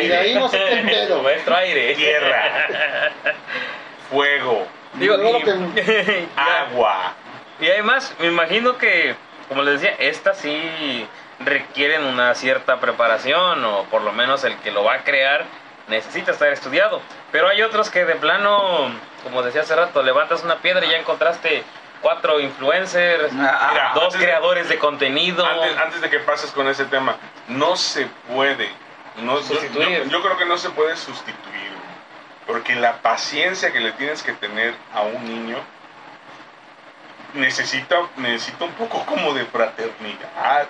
Speaker 2: Y de ahí no se te
Speaker 4: [laughs]
Speaker 2: entero.
Speaker 4: Nuestro aire.
Speaker 5: Tierra. Fuego.
Speaker 4: Digo,
Speaker 2: Luego
Speaker 4: y- [laughs]
Speaker 2: te-
Speaker 4: ya.
Speaker 5: Agua.
Speaker 4: Y además, me imagino que, como les decía, estas sí requieren una cierta preparación, o por lo menos el que lo va a crear necesita estar estudiado. Pero hay otros que de plano, como decía hace rato, levantas una piedra y ya encontraste cuatro influencers,
Speaker 3: Ah,
Speaker 5: Mira,
Speaker 4: dos
Speaker 5: antes de-
Speaker 4: creadores de contenido.
Speaker 5: Antes, antes de que pases con ese tema, no se puede. No, yo-
Speaker 4: Sustituir.
Speaker 5: Yo, yo creo que no se puede sustituir. güey. Porque la paciencia que le tienes que tener a un niño necesita, necesita un poco como de fraternidad,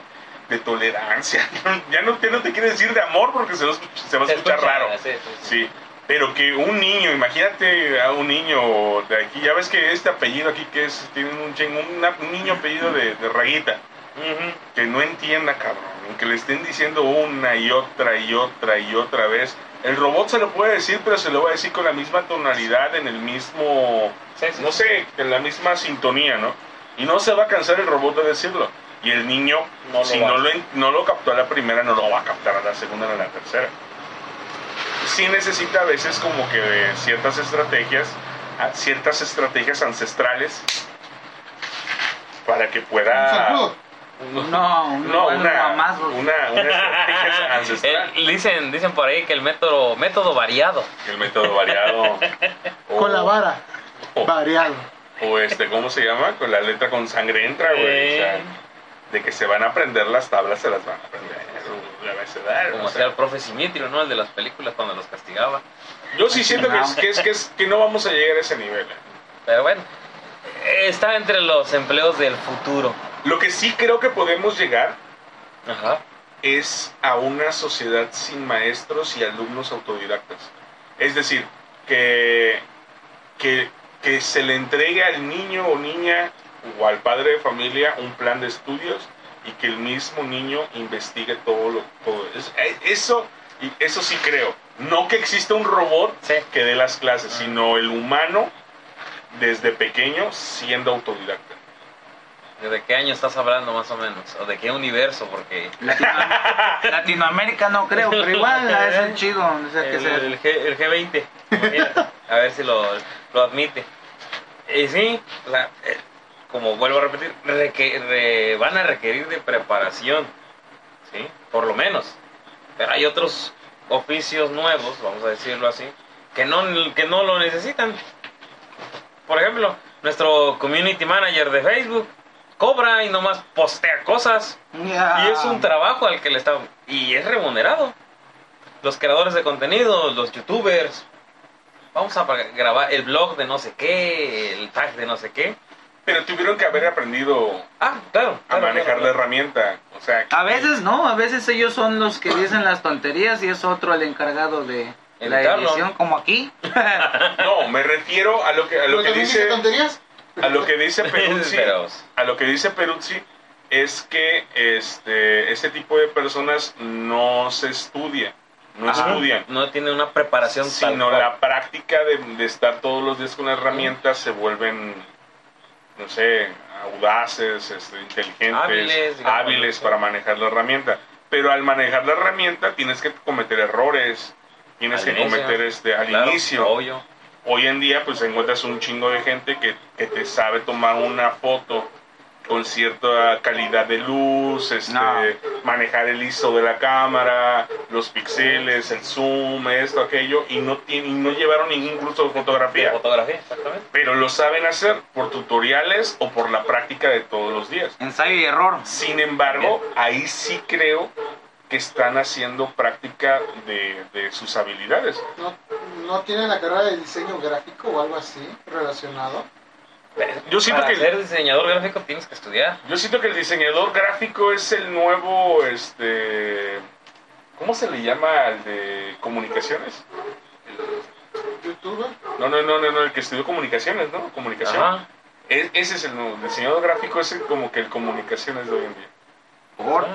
Speaker 5: de tolerancia. [laughs] Ya no, ya no te quiere decir de amor porque se va, a- se va a
Speaker 4: Se
Speaker 5: escuchar
Speaker 4: escucha,
Speaker 5: raro.
Speaker 4: sí, sí, sí.
Speaker 5: Sí, pero que un niño, imagínate a un niño de aquí, ya ves que este apellido aquí que es, tiene un, chingo- una- un niño apellido de, de rayita,
Speaker 4: Ujú.
Speaker 5: que no entienda, cabrón, que le estén diciendo una y otra y otra y otra vez. El robot se lo puede decir, pero se lo va a decir con la misma tonalidad, en el mismo,
Speaker 4: Sí, sí. [laughs]
Speaker 5: no sé, en la misma sintonía, ¿no? Y no se va a cansar el robot de decirlo. Y el niño,
Speaker 4: No lo
Speaker 5: si
Speaker 4: va a
Speaker 5: no lo, en- no lo captó a la primera, no lo va a captar a la segunda ni a la tercera. Sí necesita a veces como que eh, ciertas estrategias, a- ciertas estrategias ancestrales para que
Speaker 2: Un
Speaker 5: pueda...
Speaker 2: saludo.
Speaker 3: No,
Speaker 5: No,
Speaker 3: no,
Speaker 5: una,
Speaker 3: más.
Speaker 5: una, una estrategia
Speaker 4: [laughs]
Speaker 5: ancestral.
Speaker 4: El- Eh, dicen, dicen por ahí que el método, método variado.
Speaker 5: El método variado. o-
Speaker 2: Con la vara. Variado.
Speaker 5: O este, ¿cómo se llama? Con la letra con sangre entra, Ah, güey. O sea,
Speaker 4: Eh.
Speaker 5: de que se van a aprender las tablas, se las van a aprender. güey, el abecedario,
Speaker 4: Como
Speaker 5: o
Speaker 4: hacía
Speaker 5: sea.
Speaker 4: el profe Simitrio, ¿no? El de las películas cuando los castigaba.
Speaker 5: Yo sí siento que, es, que, es, que, es- que no vamos a llegar a ese nivel. eh.
Speaker 4: Pero bueno, eh, está entre los empleos del futuro.
Speaker 5: Lo que sí creo que podemos llegar
Speaker 4: Ajá.
Speaker 5: es a una sociedad sin maestros y alumnos autodidactas. Es decir, que, que, que se le entregue al niño o niña o al padre de familia un plan de estudios y que el mismo niño investigue todo lo todo. Es- eh, eso, y eso sí creo. No que exista un robot
Speaker 4: Sí.
Speaker 5: que dé las clases, sino el humano desde pequeño siendo autodidacta.
Speaker 4: ¿De qué año estás hablando más o menos? ¿O de qué universo? Porque
Speaker 3: Latinoam- Latinoamérica no creo, pero igual es
Speaker 4: [laughs]
Speaker 3: el chido. o sea, que
Speaker 4: el,
Speaker 3: se-
Speaker 4: el G, 20 a ver si lo, lo admite. Y sí, o sea, eh, como vuelvo a repetir, reque- re- van a requerir de preparación, ¿sí? Por lo menos. Pero hay otros oficios nuevos, vamos a decirlo así, que no, que no lo necesitan. Por ejemplo, nuestro community manager de Facebook cobra y nomás postea cosas.
Speaker 3: Ya.
Speaker 4: Y
Speaker 5: Ah.
Speaker 4: es un trabajo al que le está... Y es remunerado. Los creadores de contenido, los youtubers. Vamos a pa- grabar el blog de no sé qué, el tag de no sé qué.
Speaker 5: Pero tuvieron que haber aprendido
Speaker 4: Ah, claro.
Speaker 5: a
Speaker 4: claro,
Speaker 5: manejar
Speaker 4: claro,
Speaker 5: la
Speaker 4: claro.
Speaker 5: herramienta. O sea,
Speaker 3: A veces no, a veces ellos son los que dicen las tonterías y es otro el encargado de la
Speaker 4: Editarlo.
Speaker 3: edición, como aquí.
Speaker 5: No, me refiero a lo que a
Speaker 2: ¿Pero
Speaker 5: lo que
Speaker 2: también dice
Speaker 5: dice
Speaker 2: tonterías?
Speaker 5: a lo que [laughs] dice
Speaker 4: [laughs]
Speaker 5: Peruzzi,
Speaker 4: Pero-
Speaker 5: a lo que dice Peruzzi es que este este tipo de personas no se estudia, no
Speaker 4: Ajá.
Speaker 5: estudian,
Speaker 4: No tiene una preparación tal
Speaker 5: sino
Speaker 4: cual.
Speaker 5: la práctica de, de estar todos los días con la herramienta se vuelven no sé, audaces, este, inteligentes,
Speaker 4: Hábiles,
Speaker 5: hábiles,
Speaker 4: digamos, sí.
Speaker 5: para manejar la herramienta. Pero al manejar la herramienta tienes que cometer errores, tienes
Speaker 4: Al
Speaker 5: que
Speaker 4: inicio.
Speaker 5: cometer este al
Speaker 4: Claro,
Speaker 5: inicio.
Speaker 4: obvio.
Speaker 5: Hoy en día pues encuentras un chingo de gente que, que te sabe tomar una foto con cierta calidad de luz, este,
Speaker 3: No.
Speaker 5: manejar el ISO de la cámara, los píxeles, el zoom, esto, aquello, y no, tiene, y no llevaron ningún curso de
Speaker 4: De
Speaker 5: fotografía,
Speaker 4: fotografía, exactamente.
Speaker 5: pero lo saben hacer por tutoriales o por la práctica de todos los días.
Speaker 3: Ensayo y error.
Speaker 5: Sin embargo, ahí sí creo que están haciendo práctica de, de sus habilidades.
Speaker 2: ¿No, no tiene la carrera de diseño gráfico o algo así relacionado?
Speaker 5: Yo siento
Speaker 4: Para
Speaker 5: que...
Speaker 4: ser diseñador gráfico tienes que estudiar.
Speaker 5: Yo siento que el diseñador gráfico es el nuevo, este, ¿cómo se le llama al de comunicaciones?
Speaker 2: ¿Youtuber?
Speaker 5: No, no, no, no, no, el que estudió comunicaciones, ¿no? Comunicación.
Speaker 4: Ajá.
Speaker 5: E- ese es el nuevo. El diseñador gráfico es el- como que el comunicaciones de hoy en día.
Speaker 3: Por-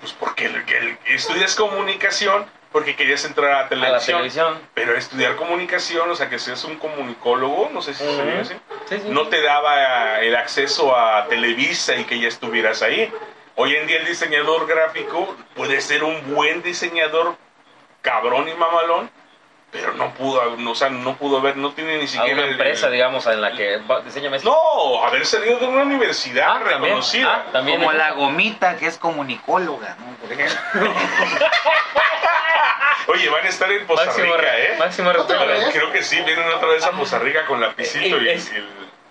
Speaker 5: Pues porque el, el- estudias comunicación porque querías entrar a la
Speaker 4: a la
Speaker 5: televisión.
Speaker 4: televisión.
Speaker 5: Pero estudiar comunicación, o sea, que seas un comunicólogo, no sé si se dice
Speaker 4: Ujú.
Speaker 5: así,
Speaker 4: Sí, sí,
Speaker 5: no
Speaker 4: sí.
Speaker 5: te daba el acceso a Televisa y que ya estuvieras ahí. Hoy en día el diseñador gráfico puede ser un buen diseñador, cabrón y mamalón, pero no pudo, no, o sea, no pudo ver, no tiene ni
Speaker 4: a
Speaker 5: siquiera...
Speaker 4: una
Speaker 5: el-
Speaker 4: empresa, digamos, en la que va- diseñame esto.
Speaker 5: No, haber salido de una universidad
Speaker 4: Ah, también.
Speaker 5: reconocida.
Speaker 4: Ah, también.
Speaker 3: Como la gomita que es comunicóloga, ¿no? Por
Speaker 4: [laughs]
Speaker 3: ejemplo.
Speaker 5: Oye, van a estar en Poza
Speaker 4: Máximo,
Speaker 5: Rica,
Speaker 4: re-
Speaker 5: ¿eh?
Speaker 4: máximo Eh,
Speaker 2: Otra
Speaker 4: respeto.
Speaker 2: vez.
Speaker 5: Creo que sí, vienen otra vez a Poza Rica con lapicito y,
Speaker 4: Es-
Speaker 5: y el...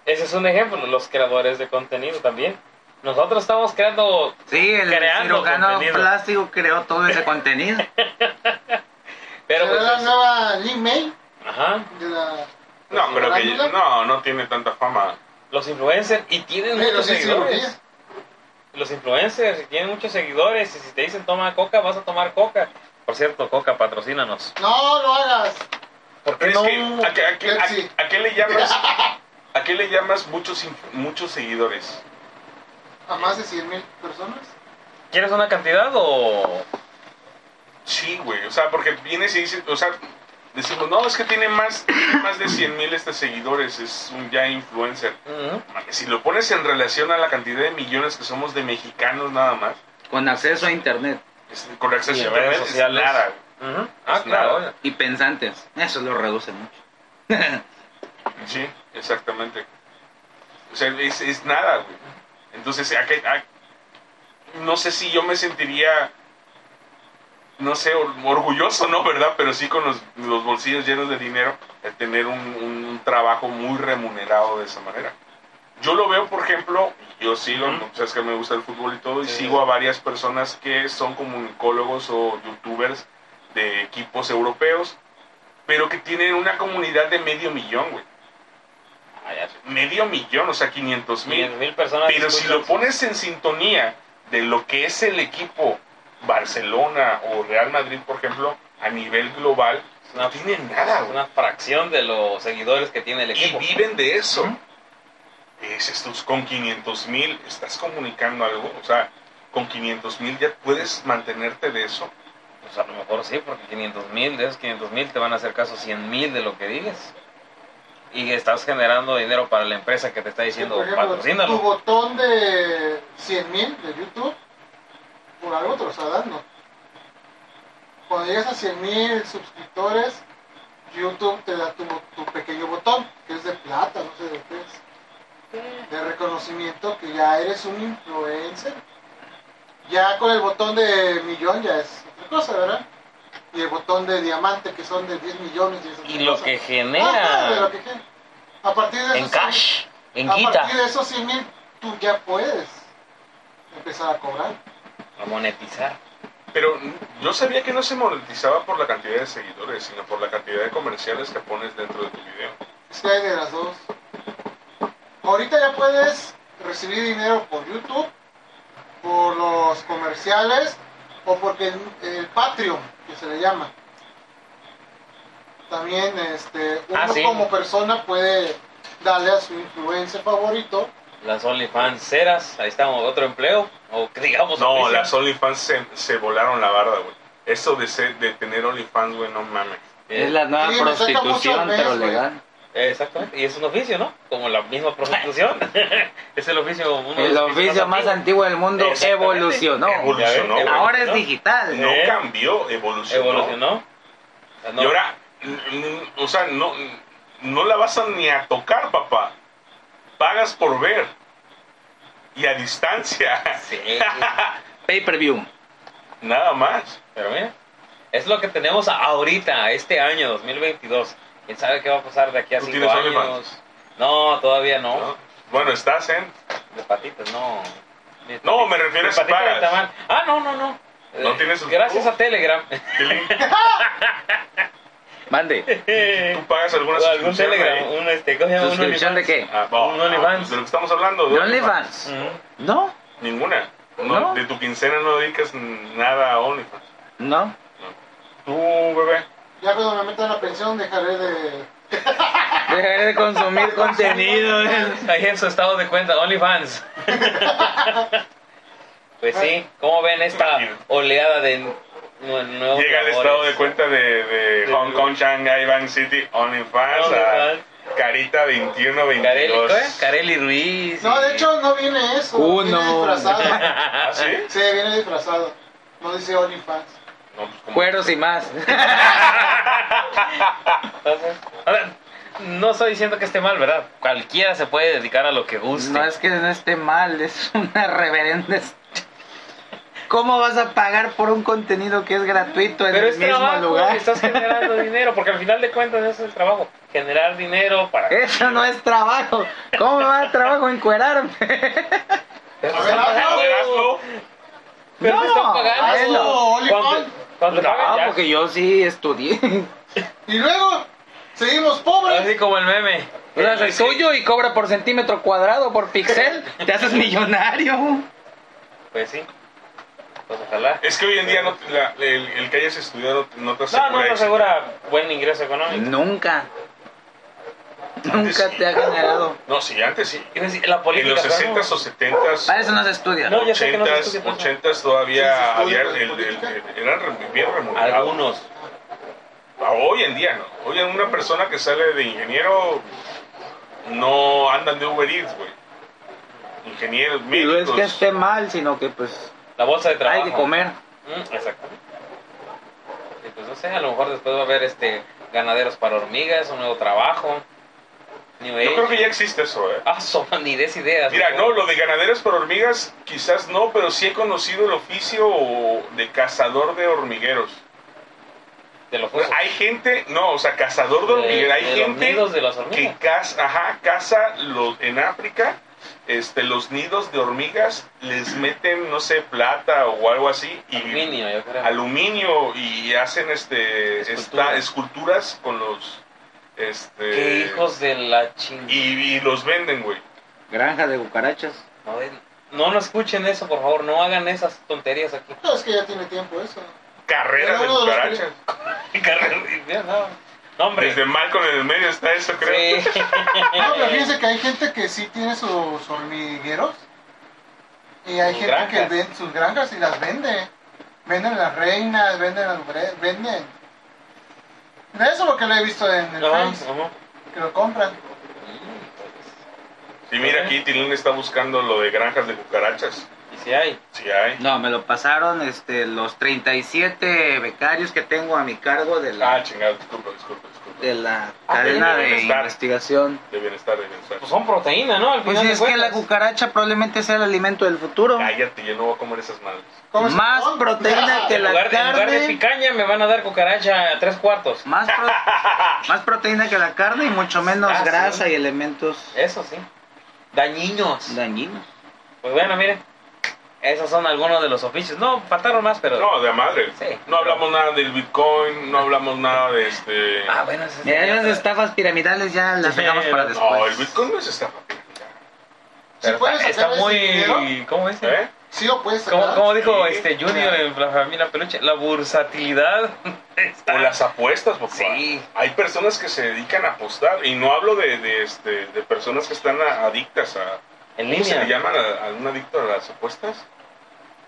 Speaker 4: Ese es un ejemplo, los creadores de contenido también. Nosotros estamos creando,
Speaker 3: Sí, el
Speaker 4: Creando
Speaker 3: cirujano
Speaker 4: contenido.
Speaker 3: plástico creó todo ese contenido.
Speaker 4: pero
Speaker 2: ¿Será
Speaker 4: pues,
Speaker 2: la
Speaker 4: es-
Speaker 2: nueva Lin May?
Speaker 4: ajá,
Speaker 2: De la...
Speaker 4: Pues
Speaker 5: No, pero que
Speaker 2: ¿Farándula?
Speaker 5: no, no tiene tanta fama.
Speaker 4: los influencers y tienen
Speaker 2: Pero
Speaker 4: muchos
Speaker 2: sí,
Speaker 4: seguidores.
Speaker 2: cirugía.
Speaker 4: Los influencers y tienen muchos seguidores y si te dicen toma coca, vas a tomar coca. Por cierto, coca, patrocínanos.
Speaker 2: No, no hagas.
Speaker 4: ¿Por qué
Speaker 5: Pero
Speaker 4: no?
Speaker 5: es que, ¿a, qué- a qué- a-
Speaker 2: Pepsi.
Speaker 5: a qué le llamas? ¿A qué le llamas muchos inf- muchos seguidores?
Speaker 2: A más de 100 mil personas.
Speaker 4: ¿Quieres una cantidad o...?
Speaker 5: Sí, güey, o sea, porque vienes y dices, o sea, decimos, no, es que tiene más, tiene más de 100 mil este seguidores, es un ya influencer.
Speaker 4: Ujú.
Speaker 5: Mames, Si lo pones en relación a la cantidad de millones que somos de mexicanos nada más,
Speaker 3: Con acceso a internet
Speaker 5: es- con acceso
Speaker 4: Y en
Speaker 5: a internet,
Speaker 4: redes
Speaker 5: es
Speaker 4: sociales.
Speaker 5: nada.
Speaker 4: Ujú. Ah,
Speaker 5: Es
Speaker 4: claro.
Speaker 5: pues nada.
Speaker 3: y pensantes. Eso lo reduce mucho.
Speaker 5: Sí, exactamente. O sea, es, es nada, güey. Entonces, ¿a qué- a- no sé si yo me sentiría, no sé, or- orgulloso, ¿no? ¿Verdad? Pero sí con los, los bolsillos llenos de dinero, el tener un, un- un trabajo muy remunerado de esa manera. Yo lo veo, por ejemplo, yo sí, lo,
Speaker 4: Ujú.
Speaker 5: sabes que me gusta el fútbol y todo, y
Speaker 4: Sí.
Speaker 5: sigo a varias personas que son comunicólogos o youtubers de equipos europeos, pero que tienen una comunidad de medio millón, güey
Speaker 4: Ah, ya.
Speaker 5: medio millón, o sea, 500 mil.
Speaker 4: 500 mil personas.
Speaker 5: Pero si
Speaker 4: escuchan
Speaker 5: lo pones en sintonía de lo que es el equipo Barcelona o Real Madrid, por ejemplo, a nivel global, no tienen nada,
Speaker 4: Es
Speaker 5: güey.
Speaker 4: una fracción de los seguidores que tiene el
Speaker 5: Y
Speaker 4: equipo.
Speaker 5: viven de eso. Dices tú, con 500 mil, ¿estás comunicando algo? O sea, con 500 mil ya puedes mantenerte de eso.
Speaker 4: Pues a lo mejor sí, porque 500 mil, de esos 500 mil te van a hacer caso 100 mil de lo que digas. Y estás generando dinero para la empresa que te está
Speaker 2: Sí,
Speaker 4: diciendo
Speaker 2: por ejemplo, tu
Speaker 4: patrocínalo.
Speaker 2: botón de 100 mil de YouTube, por algo te lo está dando. Cuando llegas a 100 mil suscriptores, YouTube te da tu, tu pequeño botón, que es de plata, no sé de qué es. De reconocimiento que ya eres un influencer. Ya con el botón de millón ya es otra cosa, ¿verdad? Y el botón de diamante que son de 10 millones. Y, es otra
Speaker 4: Y lo
Speaker 2: cosa.
Speaker 4: que
Speaker 2: Ajá, de
Speaker 4: genera
Speaker 2: Ah, lo que genera. A partir de
Speaker 4: en
Speaker 2: esos 100,000,
Speaker 4: cash, en
Speaker 2: a
Speaker 4: guita,
Speaker 2: partir de esos 100 mil, tú ya puedes empezar a cobrar.
Speaker 4: a monetizar.
Speaker 5: Pero yo sabía que no se monetizaba por la cantidad de seguidores, sino por la cantidad de comerciales que pones dentro de tu video.
Speaker 2: Es que hay de las dos. Ahorita ya puedes recibir dinero por YouTube, por los comerciales o porque el, el Patreon, que se le llama. También este, uno
Speaker 4: Ah, sí.
Speaker 2: como persona puede darle a su influencer favorito.
Speaker 4: Las OnlyFanceras, ahí estamos, otro empleo, o que digamos
Speaker 5: No,
Speaker 4: oficio.
Speaker 5: las OnlyFans se, se volaron la barda, güey. Eso de, ser- de tener OnlyFans, güey, no mames.
Speaker 3: Es la nueva
Speaker 2: Sí, me saca mucho al
Speaker 3: prostitución,
Speaker 2: mes,
Speaker 3: pero
Speaker 2: güey.
Speaker 3: legal.
Speaker 4: Eh, Exactamente, y es un oficio, ¿no? Como la misma prostitución. [laughs] es el oficio, uno de
Speaker 3: El
Speaker 4: los oficios
Speaker 3: oficio más antiguo del mundo
Speaker 4: Exactamente.
Speaker 3: evolucionó.
Speaker 5: Evolu- evolucionó,
Speaker 4: Ya ven,
Speaker 5: güey.
Speaker 3: Ahora es
Speaker 4: evolucionó.
Speaker 3: digital.
Speaker 5: No
Speaker 4: ¿Eh?
Speaker 5: cambió, evolucionó.
Speaker 4: Evolucionó. O sea, no-
Speaker 5: Y ahora, mm, mm, o sea, no, no la vas a ni a tocar, papá. Pagas por ver. Y a distancia. [laughs]
Speaker 4: Sí.
Speaker 3: Pay-per-view.
Speaker 5: Nada más.
Speaker 4: Pero mira, es lo que tenemos a- ahorita, este año 2022. ¿Quién sabe qué va a pasar de aquí a
Speaker 5: ¿Tú
Speaker 4: cinco
Speaker 5: tienes
Speaker 4: años?
Speaker 5: OnlyFans?
Speaker 4: No, todavía no.
Speaker 5: ¿no? Bueno, estás en.
Speaker 4: De patitas, no. Mi
Speaker 5: No,
Speaker 4: pati-
Speaker 5: me refiero
Speaker 4: mi
Speaker 5: a si
Speaker 4: patita de
Speaker 5: pagas.
Speaker 4: tamal. Ah, no, no, no.
Speaker 5: ¿No
Speaker 4: Eh,
Speaker 5: tienes el-
Speaker 4: Gracias a
Speaker 5: [laughs]
Speaker 4: Telegram. [laughs]
Speaker 3: Mande.
Speaker 5: ¿Tú pagas alguna
Speaker 4: ¿Algún
Speaker 5: suscripción
Speaker 4: Telegram?
Speaker 5: ahí?
Speaker 4: Un, este, ¿cómo se llama? Un
Speaker 3: ¿Suscripción de qué?
Speaker 5: Ah, no,
Speaker 4: Un
Speaker 5: no,
Speaker 4: OnlyFans.
Speaker 5: pues de lo que estamos hablando.
Speaker 3: ¿De OnlyFans?
Speaker 4: OnlyFans.
Speaker 3: No,
Speaker 5: Ninguna. No,
Speaker 3: No.
Speaker 5: De tu quincena no dedicas nada a OnlyFans.
Speaker 3: no.
Speaker 5: Tú, bebé.
Speaker 2: Ya cuando me metan a la pensión dejaré de...
Speaker 3: Dejaré de
Speaker 4: [laughs]
Speaker 3: consumir contenido.
Speaker 4: Ujú. Ahí en su estado de cuenta, OnlyFans. [laughs] pues sí, ¿cómo ven esta oleada de nue- nuevos
Speaker 5: Llega el
Speaker 4: labores.
Speaker 5: estado de cuenta de, de
Speaker 4: De-
Speaker 5: Hong Kong, Shanghai, Bank City, OnlyFans, a
Speaker 4: OnlyFans.
Speaker 5: Carita 21,
Speaker 4: Carelli,
Speaker 5: 22.
Speaker 4: ¿cómo es? Carelli Ruiz.
Speaker 2: No,
Speaker 4: y-
Speaker 2: de hecho no viene eso.
Speaker 3: Uno.
Speaker 2: Viene
Speaker 4: [laughs]
Speaker 2: disfrazado.
Speaker 5: ¿Ah, sí?
Speaker 2: Sí, viene disfrazado. No dice OnlyFans.
Speaker 5: No, pues, ¿cómo?
Speaker 3: Cueros y más.
Speaker 4: Entonces, ahora, no estoy diciendo que esté mal, ¿verdad? Cualquiera se puede dedicar a lo que guste.
Speaker 3: No es que no esté mal, es una reverenda. est- ¿Cómo vas a pagar por un contenido que es gratuito en
Speaker 4: Pero
Speaker 3: el
Speaker 4: es
Speaker 3: mismo
Speaker 4: trabajo,
Speaker 3: lugar? [laughs]
Speaker 4: estás generando dinero, porque al final de cuentas eso es el trabajo, generar dinero para...
Speaker 3: Eso no es trabajo. ¿Cómo me va a dar trabajo encuerarme?
Speaker 4: Pero
Speaker 2: A
Speaker 4: te
Speaker 2: ver, hazlo,
Speaker 4: están pagando. Pero
Speaker 5: hazlo.
Speaker 4: te están pagando.
Speaker 2: hazlo, Oli,
Speaker 4: Cuando,
Speaker 2: Oli.
Speaker 4: cuando te
Speaker 3: No,
Speaker 4: paguen, ya.
Speaker 3: porque yo sí estudié.
Speaker 2: Y luego, seguimos pobres.
Speaker 4: Así como el meme. Eh,
Speaker 3: Tú das el tuyo y cobra por centímetro cuadrado, por pixel, te haces millonario.
Speaker 4: Pues sí. Pues ojalá.
Speaker 5: Es que hoy en día no te- la- el, el que hayas estudiado no te asegura.
Speaker 4: No, no te
Speaker 5: éxito.
Speaker 4: asegura buen ingreso económico.
Speaker 3: Nunca. Nunca te ha generado.
Speaker 5: No, sí, antes sí.
Speaker 4: Quiero decir, La política,
Speaker 5: En los
Speaker 4: ¿sabes?
Speaker 5: 60s o 70s.
Speaker 3: Para eso no se estudia.
Speaker 4: No, yo sé que no se
Speaker 5: 80s,
Speaker 4: estudia tanto.
Speaker 5: 80s todavía
Speaker 2: Sí, se
Speaker 5: había
Speaker 2: estudia
Speaker 5: el, el,
Speaker 2: política.
Speaker 5: el- eran re- bien remunerados.
Speaker 4: Algunos.
Speaker 5: Ah, Hoy en día no. Hoy en una persona que sale de ingeniero no andan de Uber Eats, güey. Ingenieros,
Speaker 3: Y no es
Speaker 5: médicos.
Speaker 3: que este esté mal, sino que pues
Speaker 4: La bolsa de trabajo.
Speaker 3: hay que comer.
Speaker 4: Mm, exactamente. Y pues no sé, a lo mejor después va a haber este ganaderos para hormigas, un nuevo trabajo. New
Speaker 5: Yo
Speaker 4: Age. [laughs]
Speaker 5: creo que ya existe eso, eh.
Speaker 4: Ah, son ni des ideas.
Speaker 5: Mira,
Speaker 4: ¿no?
Speaker 5: no, lo de ganaderos por hormigas quizás no, pero sí he conocido el oficio de cazador de hormigueros.
Speaker 4: De los
Speaker 5: O sea, Hay gente, no, o sea, cazador de hormigueros, hay
Speaker 4: de los
Speaker 5: gente
Speaker 4: nidos de las
Speaker 5: que
Speaker 4: hormigas.
Speaker 5: caza, ajá, caza los, en África, este, los nidos de hormigas, les meten, no sé, plata o algo así, y
Speaker 4: Aluminio, yo creo.
Speaker 5: aluminio y hacen este
Speaker 4: Esculturas.
Speaker 5: esta- esculturas con los este
Speaker 4: Qué hijos de la chingada.
Speaker 5: y, y los venden, güey.
Speaker 3: Granja de cucarachas.
Speaker 4: No, eh, no, no escuchen eso, por favor. No hagan esas tonterías
Speaker 5: [laughs]
Speaker 4: aquí.
Speaker 2: No, es que ya tiene tiempo eso.
Speaker 5: Carreras de
Speaker 2: Era uno de los
Speaker 5: cucarachas.
Speaker 4: [laughs] no, no, hombre.
Speaker 5: Desde mal con el medio está eso, creo.
Speaker 4: Sí.
Speaker 2: No, pero fíjense que hay gente que sí tiene sus hormigueros. Y hay
Speaker 4: Sus
Speaker 2: gente
Speaker 4: granjas.
Speaker 2: que vende sus granjas y las vende. Venden las reinas, venden las bre- venden. De eso es lo que lo he visto en el
Speaker 4: Ajá,
Speaker 2: Face,
Speaker 5: [laughs]
Speaker 4: ajá.
Speaker 2: que lo compran.
Speaker 5: Y mira aquí Tilín está buscando lo de granjas de cucarachas.
Speaker 4: Y si hay.
Speaker 5: Sí hay.
Speaker 3: No, me lo pasaron este, los 37 becarios que tengo a mi cargo de la,
Speaker 5: Ah, chingado, disculpa, disculpa, disculpa.
Speaker 3: de la
Speaker 4: Ah,
Speaker 3: cadena
Speaker 5: tiene
Speaker 3: de
Speaker 5: bienestar.
Speaker 3: investigación.
Speaker 5: De bienestar, de bienestar.
Speaker 4: Pues son proteínas, ¿no? Al
Speaker 3: Pues
Speaker 4: final de
Speaker 3: es que la
Speaker 4: cuentas.
Speaker 3: cucaracha probablemente sea el alimento del futuro.
Speaker 5: Cállate, yo no voy a comer esas madres.
Speaker 2: ¿Cómo se
Speaker 3: Más
Speaker 2: llama?
Speaker 3: proteína que
Speaker 4: En
Speaker 3: la
Speaker 4: lugar, de- en lugar de
Speaker 3: carne.
Speaker 4: picaña me van a dar cucaracha a tres cuartos.
Speaker 3: Más, pro- más proteína que la carne y mucho menos
Speaker 4: Ah, sí.
Speaker 3: grasa y elementos
Speaker 4: Eso sí. Dañinos.
Speaker 3: dañinos.
Speaker 4: Pues bueno, miren. Esos son algunos de los oficios. No, faltaron más, pero.
Speaker 5: No, de la madre.
Speaker 4: Sí.
Speaker 5: No hablamos nada del Bitcoin, no hablamos nada de este.
Speaker 4: Ah, bueno, eso sí.
Speaker 3: Mira, las estafas piramidales ya las
Speaker 4: Sí,
Speaker 3: dejamos para
Speaker 4: no,
Speaker 3: después.
Speaker 5: No, el Bitcoin no es estafa.
Speaker 2: Si
Speaker 4: Pero
Speaker 2: puedes
Speaker 4: está,
Speaker 2: sacar
Speaker 4: está
Speaker 2: ese
Speaker 4: muy.
Speaker 2: dinero,
Speaker 4: ¿Cómo es?
Speaker 5: ¿Eh?
Speaker 2: Sí lo puedes sacar.
Speaker 4: Como, como dijo
Speaker 5: Sí.
Speaker 4: este Junior en la familia Peluche, la versatilidad
Speaker 5: O las apuestas, papá.
Speaker 4: Sí.
Speaker 5: Hay personas que se dedican a apostar. Y no hablo de, de, este, de personas que están a- adictas a.
Speaker 4: [laughs] en
Speaker 5: ¿Cómo se le
Speaker 4: línea.
Speaker 5: llaman a, a un adicto a las apuestas?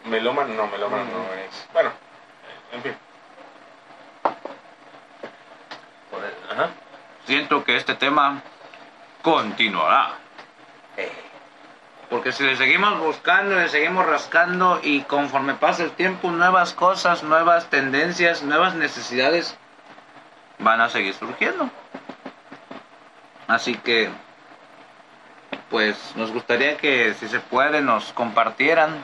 Speaker 5: Melómano, no, melómano no
Speaker 4: Mm.
Speaker 5: es. Bueno, en fin.
Speaker 4: Por el- Ajá.
Speaker 3: Siento que este tema continuará.
Speaker 4: Eh,
Speaker 3: Porque si le seguimos buscando, le seguimos rascando y conforme pasa el tiempo, nuevas cosas, nuevas tendencias, nuevas necesidades van a seguir surgiendo. Así que, pues nos gustaría que si se puede nos compartieran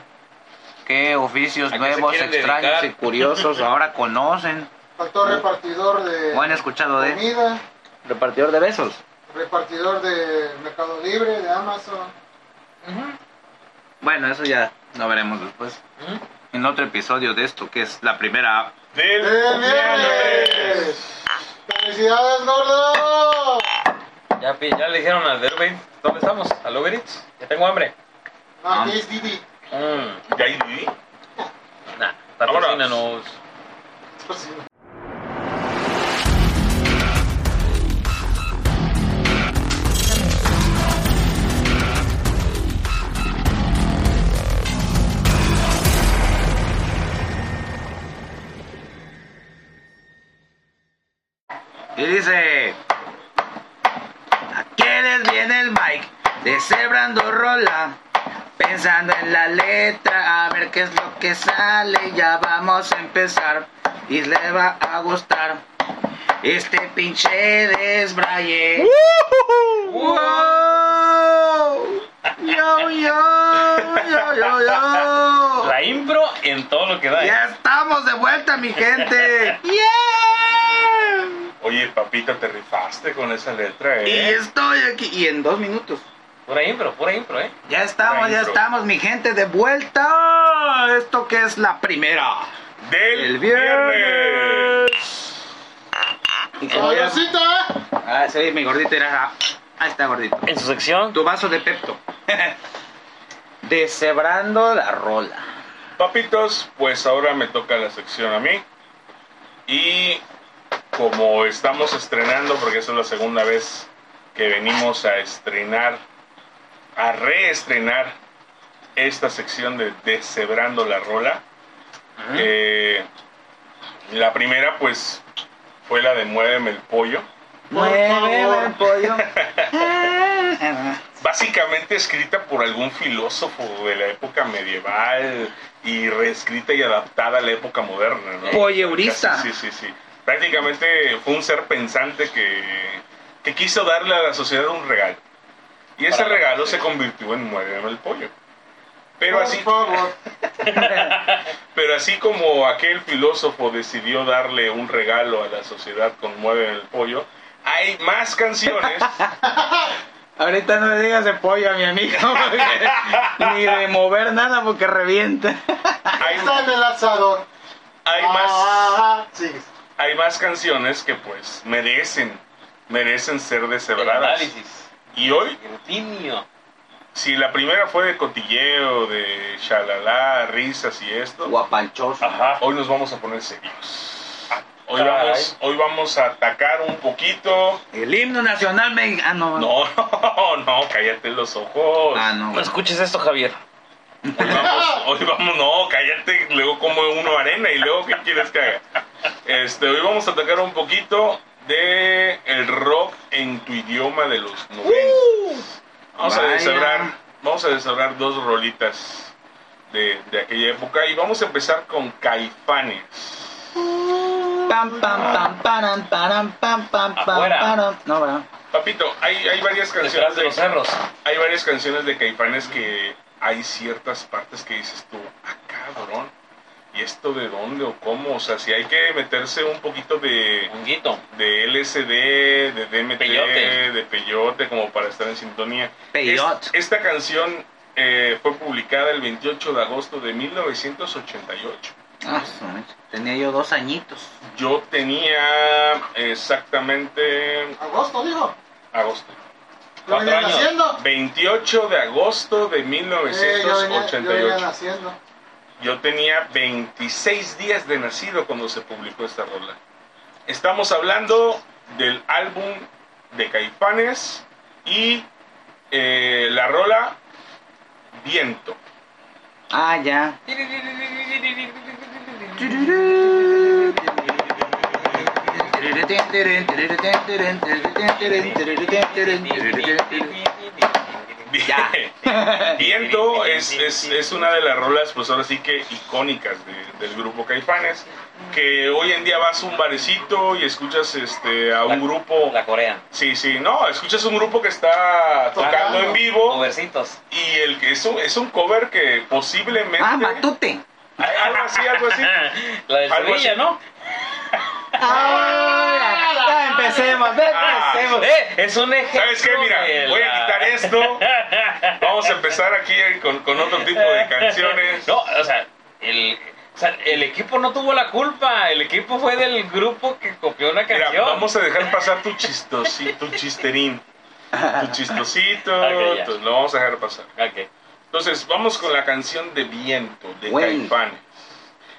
Speaker 3: qué oficios
Speaker 4: ¿A qué se
Speaker 3: nuevos,
Speaker 4: quieren
Speaker 3: extraños
Speaker 4: dedicar?
Speaker 3: y [laughs] curiosos ahora conocen
Speaker 2: Factor repartidor de
Speaker 3: o han escuchado de
Speaker 2: comida,
Speaker 3: repartidor de besos.
Speaker 2: repartidor de Mercado Libre, de Amazon.
Speaker 3: Bueno, eso ya lo veremos después.
Speaker 4: Ujú.
Speaker 3: En otro episodio de esto, que es la primera
Speaker 5: Del
Speaker 2: ¡El viernes!
Speaker 5: pues!
Speaker 2: ¡Felicidades, gordo!
Speaker 3: Ah.
Speaker 4: Ya, pi- ya le dijeron al Uber Eats, ¿Dónde estamos? ¿Al Uber Eats? Ya tengo hambre.
Speaker 2: No, aquí Ah, es Didi.
Speaker 4: Mm,
Speaker 5: Ya ahí viví.
Speaker 4: nah,
Speaker 5: Vámonos.
Speaker 4: patrocínanos.
Speaker 3: dice... Aquí les viene el mic, deshebrando rola, pensando en la letra, a ver qué es lo que sale, ya vamos a empezar, y les va a gustar este pinche desbraye. ¡Wow! Yo, yo, yo, yo, yo.
Speaker 4: La impro en todo lo que da. eh.
Speaker 3: Ya estamos de vuelta, mi [laughs] gente. ¡Yeah!
Speaker 5: Oye, papito, te rifaste con esa letra,
Speaker 3: Y
Speaker 5: ¿eh?
Speaker 3: estoy aquí. Y en dos minutos.
Speaker 4: Pura impro, pura impro, ¿eh?
Speaker 3: Ya estamos, ya estamos, mi gente, de vuelta. Esto que es la primera.
Speaker 5: Del
Speaker 3: El viernes. Y como ya-
Speaker 2: ¡Salucita!
Speaker 3: Ah, sí, mi gordito era. Ahí está, gordito.
Speaker 4: En su sección.
Speaker 3: Tu vaso de Pepto. [laughs] Deshebrando la rola.
Speaker 5: Papitos, pues ahora me toca la sección a mí. Y como estamos estrenando, porque esa es la segunda vez que venimos a estrenar, a reestrenar esta sección de Deshebrando la Rola. eh, la primera, pues, fue la de Muéveme el Pollo.
Speaker 2: Por favor.
Speaker 3: el [laughs] pollo. Eh,
Speaker 5: Básicamente escrita por algún filósofo de la época medieval y reescrita y adaptada a la época moderna, ¿no?
Speaker 3: Polleurista.
Speaker 5: Sí, sí, sí. Prácticamente fue un ser pensante que, que quiso darle a la sociedad un regalo. Y ese
Speaker 4: Para la
Speaker 5: regalo se
Speaker 4: gente.
Speaker 5: convirtió en Muéveme el Pollo. Pero
Speaker 2: Por
Speaker 5: así,
Speaker 2: favor.
Speaker 5: pero así como aquel filósofo decidió darle un regalo a la sociedad con Muéveme el Pollo, hay más canciones
Speaker 3: Ahorita no le digas de pollo a mi amigo. [laughs] porque Ni de mover nada porque revienta.
Speaker 5: hay,
Speaker 2: Está en el asador.
Speaker 5: hay más
Speaker 2: Ah, sí.
Speaker 5: hay más canciones que pues merecen, merecen ser
Speaker 4: El
Speaker 5: deshebradas.
Speaker 4: análisis.
Speaker 5: Y hoy,
Speaker 4: Rutinio.
Speaker 5: si la primera fue de cotilleo, de shalala, risas y esto,
Speaker 3: Guapanchoso.
Speaker 5: ajá, hoy nos vamos a poner serios. Hoy
Speaker 4: Caray.
Speaker 5: vamos, hoy vamos a atacar un poquito.
Speaker 3: El himno nacional me. Ah, no.
Speaker 5: No, Pues, no, [laughs] no, cállate los ojos.
Speaker 3: Ah, no.
Speaker 4: No escuches esto, Javier.
Speaker 5: Hoy vamos, hoy vamos, no, cállate, luego como uno arena y luego qué quieres que haga. Este, hoy vamos a tocar un poquito de el rock en tu idioma de los 90. Vamos a
Speaker 3: Vaya.
Speaker 5: deshebrar, vamos a deshebrar dos rolitas de, de aquella época y vamos a empezar con Caifanes.
Speaker 3: Pam, pam, pam, param, param, pam, pam, pam,
Speaker 4: Afuera.
Speaker 3: param. No, ¿verdad?
Speaker 5: Papito, hay, hay varias
Speaker 4: Detrás
Speaker 5: canciones
Speaker 4: de los
Speaker 5: de,
Speaker 4: cerros.
Speaker 5: hay varias canciones de Caifanes que hay ciertas partes que dices tú, ah cabrón, ¿y esto de dónde o cómo? O sea, si hay que meterse un poquito de,
Speaker 4: Honguito.
Speaker 5: de LSD, de DMT,
Speaker 4: Peyote.
Speaker 5: de peyote, como para estar en sintonía.
Speaker 3: Peyote.
Speaker 5: Es- esta canción eh, fue publicada el 28 de agosto de 1988.
Speaker 3: Ah, su mecha. Tenía yo dos añitos.
Speaker 5: Yo tenía exactamente
Speaker 2: Agosto, dijo.
Speaker 5: agosto.
Speaker 2: Lo
Speaker 4: Cuatro
Speaker 2: venían
Speaker 4: años.
Speaker 2: haciendo.
Speaker 5: 28 de agosto de pues,
Speaker 2: Eh, yo venía, yo venía
Speaker 5: 1988.
Speaker 2: haciendo.
Speaker 5: Yo tenía 26 días de nacido cuando se publicó esta rola. Estamos hablando del álbum de Caifanes y eh, la rola Viento.
Speaker 3: Ah, ya. Ya.
Speaker 5: [laughs] Viento es, es, es una de las rolas, pues ahora sí que icónicas de- del grupo Caifanes, que hoy en día vas a un barecito y escuchas este a
Speaker 4: La-
Speaker 5: un grupo...
Speaker 4: La Corea.
Speaker 5: Sí, sí, no, escuchas un grupo que está tocando
Speaker 2: Tocando.
Speaker 5: en vivo
Speaker 4: Overcitos.
Speaker 5: [laughs] y el que es un, es un cover que posiblemente...
Speaker 3: Ah, matute.
Speaker 5: algo así, algo así.
Speaker 4: La de
Speaker 5: Algo
Speaker 4: Sevilla,
Speaker 5: así.
Speaker 4: ¿no?
Speaker 3: Ah, ya empecemos, ya
Speaker 5: Ah,
Speaker 3: empecemos.
Speaker 4: Eh, es un ejemplo.
Speaker 5: ¿Sabes qué? Mira,
Speaker 4: de
Speaker 5: voy a
Speaker 4: la-
Speaker 5: quitar esto. Vamos a empezar aquí con, con otro tipo de canciones.
Speaker 4: No, o sea, el, o sea, el equipo no tuvo la culpa. El equipo fue del grupo que copió una
Speaker 5: Mira,
Speaker 4: canción.
Speaker 5: vamos a dejar pasar tu chistosito, tu chisterín. Tu chistosito,
Speaker 4: [laughs] Ok, ya.
Speaker 5: tu- lo vamos a dejar pasar.
Speaker 4: Ok.
Speaker 5: Entonces, vamos con la canción de Viento, de
Speaker 3: Bueno.
Speaker 5: Caifanes.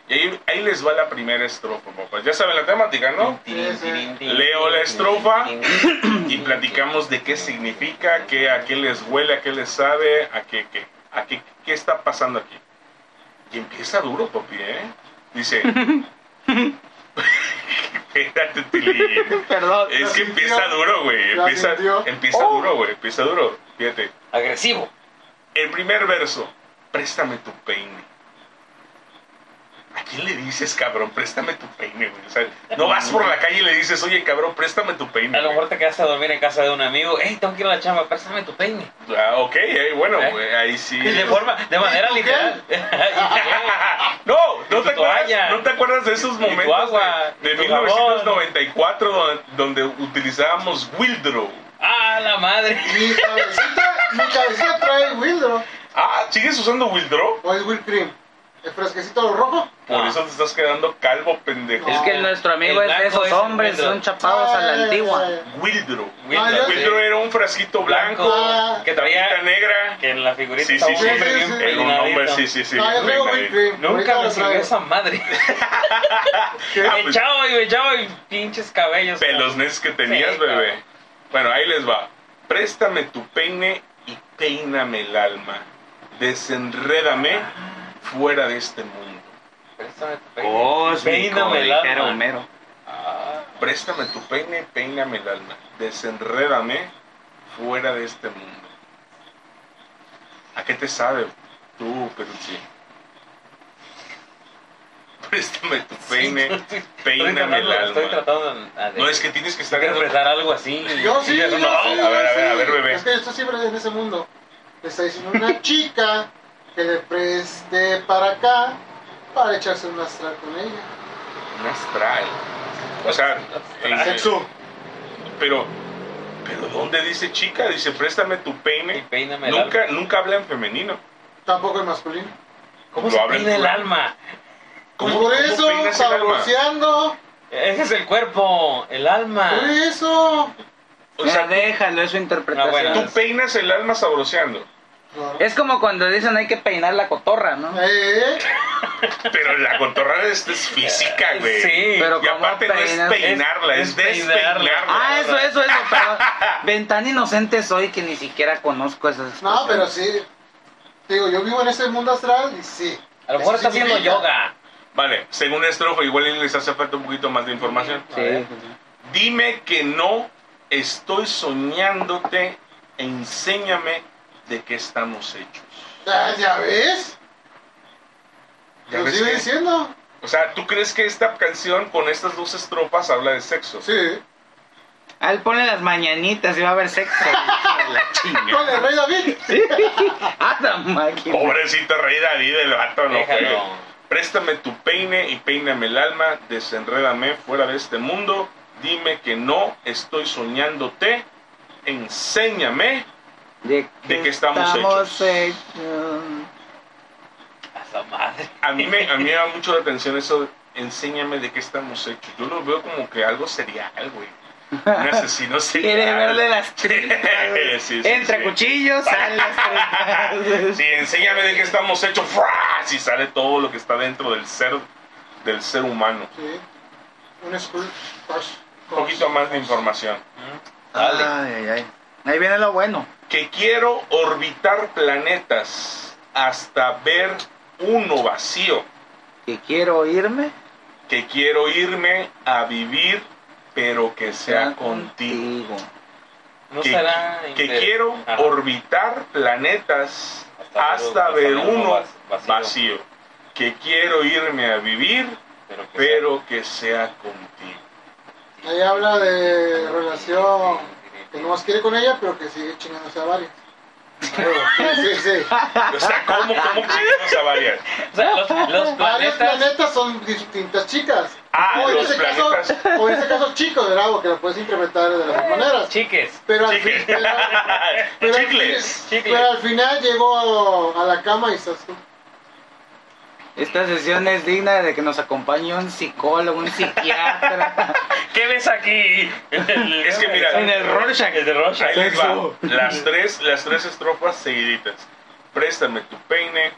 Speaker 5: Y ahí, ahí les va la primera estrofa, papás. Ya saben la temática, ¿no?
Speaker 2: Sí, sí.
Speaker 5: Leo la estrofa Y platicamos de qué significa, qué, a qué les huele, a qué les sabe, a qué, qué, a qué, qué está pasando aquí. Y empieza duro, papi, ¿eh? Dice... [laughs] Espérate, Tilín.
Speaker 4: Perdón.
Speaker 5: Es que
Speaker 2: sintió.
Speaker 5: empieza duro, güey.
Speaker 2: La
Speaker 5: Empieza,
Speaker 2: sintió.
Speaker 5: empieza
Speaker 4: Oh.
Speaker 5: duro, güey. Empieza duro. Fíjate.
Speaker 4: Agresivo.
Speaker 5: El primer verso. Préstame tu peine. ¿A quién le dices, cabrón? Préstame tu peine, güey. O sea, no vas por la calle y le dices, oye, cabrón, préstame tu peine.
Speaker 4: A lo
Speaker 5: güey.
Speaker 4: mejor te quedaste a dormir en casa de un amigo. Ey, tengo que ir a la chamba, préstame tu peine.
Speaker 5: Ah, ok, eh, bueno,
Speaker 4: ¿Eh?
Speaker 5: güey, ahí sí.
Speaker 4: De forma, de manera
Speaker 2: ¿Y tu
Speaker 4: literal. [laughs]
Speaker 5: No,
Speaker 4: Y
Speaker 5: no
Speaker 4: tu
Speaker 5: te, acuerdas,
Speaker 4: toalla.
Speaker 5: no te acuerdas de esos
Speaker 4: tu
Speaker 5: momentos
Speaker 4: agua,
Speaker 5: de, de
Speaker 4: tu
Speaker 5: 1994 donde, donde utilizábamos Wildrow.
Speaker 4: ¡Ah, la madre!
Speaker 2: Mi cabecita, mi cabecita trae Wildro.
Speaker 5: Ah, ¿sigues usando Wildrow?
Speaker 2: ¿O es Will Cream? ¿El fresquecito rojo?
Speaker 5: Por
Speaker 4: No.
Speaker 5: eso te estás quedando calvo, pendejo.
Speaker 3: Es que
Speaker 2: No.
Speaker 3: nuestro amigo
Speaker 4: El
Speaker 3: es de
Speaker 4: blanco
Speaker 3: esos
Speaker 4: es
Speaker 3: hombres,
Speaker 4: negro.
Speaker 3: son chapados a la
Speaker 2: Ay,
Speaker 3: antigua.
Speaker 2: ay, ay.
Speaker 5: Wildrow.
Speaker 2: Ah,
Speaker 4: Mira,
Speaker 2: ya sé.
Speaker 5: Wildrow era un frasquito blanco.
Speaker 2: Ah.
Speaker 4: que traía
Speaker 5: tapita negra.
Speaker 4: que en la figurita
Speaker 5: Sí, sí,
Speaker 4: estaba
Speaker 5: sí.
Speaker 4: bien
Speaker 2: sí, sí.
Speaker 5: Era un
Speaker 4: peinadito.
Speaker 5: hombre, sí, sí, sí.
Speaker 2: no, yo traigo Will
Speaker 5: Venga,
Speaker 2: Cream.
Speaker 4: Nunca
Speaker 2: Ahorita
Speaker 4: me
Speaker 2: lo
Speaker 4: sirvió
Speaker 2: traigo.
Speaker 4: esa
Speaker 5: [laughs]
Speaker 4: madre.
Speaker 2: ¿Qué?
Speaker 5: Ah,
Speaker 4: Me
Speaker 5: pues-
Speaker 4: echaba y me echaba y pinches cabellos.
Speaker 5: pelones que tenías,
Speaker 4: Sí,
Speaker 5: bebé.
Speaker 4: claro.
Speaker 5: Bueno, ahí les va. Préstame tu peine y peíname el alma. Desenrédame fuera de este mundo.
Speaker 4: Préstame tu peine.
Speaker 5: Oh,
Speaker 4: Ah,
Speaker 3: Cósmico,
Speaker 4: Peíname el
Speaker 3: dijera
Speaker 4: alma.
Speaker 3: Homero.
Speaker 5: Préstame tu peine y peíname el alma. Desenrédame fuera de este mundo. ¿A qué te sabe tú, Peluche? [laughs] Préstame tu peine,
Speaker 4: [laughs] Estoy- estoy
Speaker 5: peíname el
Speaker 4: tratando- Estoy
Speaker 5: alma.
Speaker 4: tratando de- de-
Speaker 5: No es que tienes que estar
Speaker 4: de interpretar algo así.
Speaker 2: Yo sí, yo
Speaker 5: No,
Speaker 2: sí,
Speaker 5: a
Speaker 2: yo
Speaker 5: ver, a
Speaker 2: sí.
Speaker 5: ver, a ver, bebé.
Speaker 2: Es que yo estoy siempre en ese mundo. Le está diciendo
Speaker 5: [laughs]
Speaker 2: una chica que le preste para acá para echarse un astral con ella.
Speaker 5: Un astral. O sea, en sexo. Pero, pero ¿dónde dice chica? Dice, préstame tu
Speaker 4: Y
Speaker 5: peine.
Speaker 4: peíname el alma.
Speaker 5: Nunca, nunca habla en femenino.
Speaker 2: Pues Tampoco el masculino.
Speaker 4: ¿Cómo
Speaker 5: lo
Speaker 4: se
Speaker 5: habla en
Speaker 4: peina el
Speaker 5: plural.
Speaker 4: alma?
Speaker 2: Pues por eso,
Speaker 5: peinas el alma?
Speaker 2: saboreando.
Speaker 4: Ese es el cuerpo, el
Speaker 5: Ah.
Speaker 4: alma.
Speaker 2: Por eso.
Speaker 5: O
Speaker 3: Mira,
Speaker 5: sea,
Speaker 3: déjalo, es su interpretación.
Speaker 4: Ah, bueno.
Speaker 5: tú peinas el alma sabroseando.
Speaker 2: Claro.
Speaker 3: Es como cuando dicen hay que peinar la cotorra, ¿no?
Speaker 2: Eh,
Speaker 5: Pero la cotorra es, es física, güey.
Speaker 4: Sí.
Speaker 3: Pero
Speaker 5: Y
Speaker 3: ¿cómo
Speaker 5: aparte no es
Speaker 3: peinas?
Speaker 5: peinarla,
Speaker 4: Es-
Speaker 5: es,
Speaker 4: es
Speaker 5: despeinarla.
Speaker 3: Ah, eso, eso, eso, perdón. Ven tan inocente soy que ni siquiera conozco esas
Speaker 2: no,
Speaker 3: cosas.
Speaker 2: pero sí. Te Digo, yo vivo en ese mundo astral y sí.
Speaker 4: A lo mejor
Speaker 2: Eso
Speaker 4: está haciendo
Speaker 2: significa-
Speaker 4: yoga.
Speaker 5: Vale, según estrofa, igual y les hace falta un poquito más de información.
Speaker 3: Sí, sí, sí.
Speaker 5: Dime que no estoy soñándote e enséñame de qué estamos hechos.
Speaker 2: Ah, ¿Ya ves?
Speaker 5: ¿Ya
Speaker 2: Lo
Speaker 5: ves
Speaker 2: sigo
Speaker 5: qué?
Speaker 2: diciendo.
Speaker 5: O sea, ¿tú crees que esta canción con estas dos estrofas habla de sexo?
Speaker 2: Sí.
Speaker 3: Ah, él pone las mañanitas y va a haber sexo. [laughs] Ah, la chinga.
Speaker 2: Con el rey David.
Speaker 3: Ah, la máquina.
Speaker 5: Pobrecito rey David, el vato, no
Speaker 4: Déjalo.
Speaker 5: juegue. Préstame tu peine y peíname el alma, desenrédame fuera de este mundo, dime que no estoy soñándote, enséñame.
Speaker 3: ¿De
Speaker 5: ¿De qué estamos
Speaker 3: hechos?
Speaker 4: A la madre.
Speaker 5: A mí me, a mí me llama mucho la atención eso, enséñame de qué estamos hechos. Yo lo veo como que algo serial, güey.
Speaker 3: [laughs]
Speaker 5: Un asesino serial.
Speaker 3: Quiere verle
Speaker 5: [laughs]
Speaker 3: las tripas. güey.
Speaker 5: Sí, sí,
Speaker 3: Entra
Speaker 5: sí.
Speaker 3: cuchillos, sale las tripas.
Speaker 5: Sí, enséñame de qué estamos hechos. ¡Fras! Y sale todo lo que está dentro del ser, del ser humano.
Speaker 2: Sí. Un school. crush.
Speaker 5: Un poquito más de información.
Speaker 4: Dale.
Speaker 3: Ay, ay, ay. Ahí viene lo bueno.
Speaker 5: Que quiero orbitar planetas hasta ver uno vacío.
Speaker 3: Que quiero irme.
Speaker 5: Que quiero irme a vivir, pero que sea
Speaker 3: será
Speaker 5: contigo.
Speaker 4: No
Speaker 5: que,
Speaker 4: será.
Speaker 5: que
Speaker 4: inter-
Speaker 5: quiero
Speaker 4: Ajá.
Speaker 5: orbitar planetas hasta,
Speaker 4: Hasta ver-
Speaker 5: ver
Speaker 4: hasta ver
Speaker 5: uno
Speaker 4: uno
Speaker 5: vacío.
Speaker 4: vac-
Speaker 5: Que quiero irme a vivir,
Speaker 4: Pero que
Speaker 5: pero que sea contigo.
Speaker 2: Ahí habla de relación que
Speaker 4: sea-
Speaker 2: no más quiere con ella, pero que sigue chingándose a varias.
Speaker 5: Ah,
Speaker 2: Sí, sí,
Speaker 5: [laughs]
Speaker 2: sí.
Speaker 5: O sea, ¿cómo, cómo chingados a varias?
Speaker 4: O sea, los, los
Speaker 2: Varios
Speaker 4: planetas.
Speaker 2: Ah, planetas son distintas chicas.
Speaker 5: Ah,
Speaker 2: o, en
Speaker 5: los
Speaker 2: ese caso,
Speaker 5: planetas.
Speaker 2: o en ese caso chicos, ¿verdad? Porque lo puedes interpretar de las dos maneras.
Speaker 4: Chiques.
Speaker 2: Pero al, fin,
Speaker 5: [laughs] Chicle.
Speaker 2: pero, pero al fin-
Speaker 5: Chicles.
Speaker 4: Chicle.
Speaker 2: pero al final llegó a la cama y estás tú.
Speaker 3: Esta sesión es digna de que nos acompañe un psicólogo, un [laughs] psiquiatra.
Speaker 4: ¿Qué ves [laughs] aquí? es
Speaker 5: que mira- En
Speaker 3: el Rorschach.
Speaker 4: El de Rorschach.
Speaker 5: Ahí les va.
Speaker 3: Sexo.
Speaker 5: Las tres, las tres estrofas seguiditas. Préstame tu peine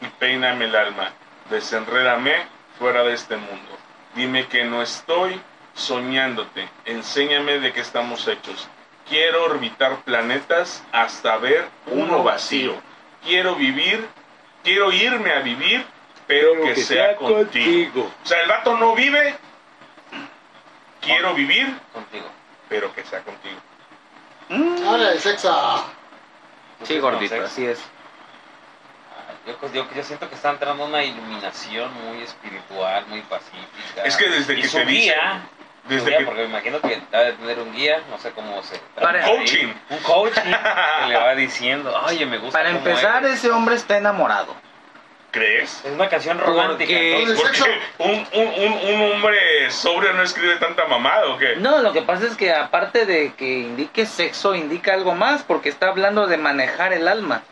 Speaker 5: y peíname el alma. Desenrédame fuera de este mundo. Dime que no estoy soñándote. Enséñame de qué estamos hechos. Quiero orbitar planetas hasta ver uno
Speaker 3: Uno
Speaker 5: vacío. Quiero vivir, quiero irme a vivir, pero, que, sea, contigo. O sea, el vato no vive, Quiero vivir,
Speaker 4: contigo.
Speaker 5: pero que sea contigo.
Speaker 3: Mm.
Speaker 2: Habla de sexo.
Speaker 3: Sí, gordito, así es.
Speaker 4: Yo, pues, yo, yo siento que está entrando una iluminación muy espiritual, muy pacífica.
Speaker 5: Es que desde
Speaker 4: Y
Speaker 5: que
Speaker 4: su
Speaker 5: te dicen-
Speaker 4: guía, su
Speaker 5: Desde
Speaker 4: guía,
Speaker 5: que
Speaker 4: porque me imagino que ha de tener un guía, no sé cómo se...
Speaker 3: Para-
Speaker 4: ahí,
Speaker 5: Coaching.
Speaker 4: Un coaching
Speaker 5: [laughs]
Speaker 4: que le va diciendo, oye, me gusta
Speaker 3: Para
Speaker 4: cómo
Speaker 3: empezar,
Speaker 4: eres".
Speaker 3: ese hombre está enamorado.
Speaker 5: crees.
Speaker 4: Es una canción romántica,
Speaker 3: Porque-
Speaker 4: entonces,
Speaker 2: ¿Por
Speaker 5: Porque
Speaker 2: Sexo.
Speaker 5: un, un, un, un hombre sobrio no escribe tanta mamada o qué.
Speaker 3: No, lo que pasa es que aparte de que indique sexo, indica algo más, porque está hablando de manejar el alma.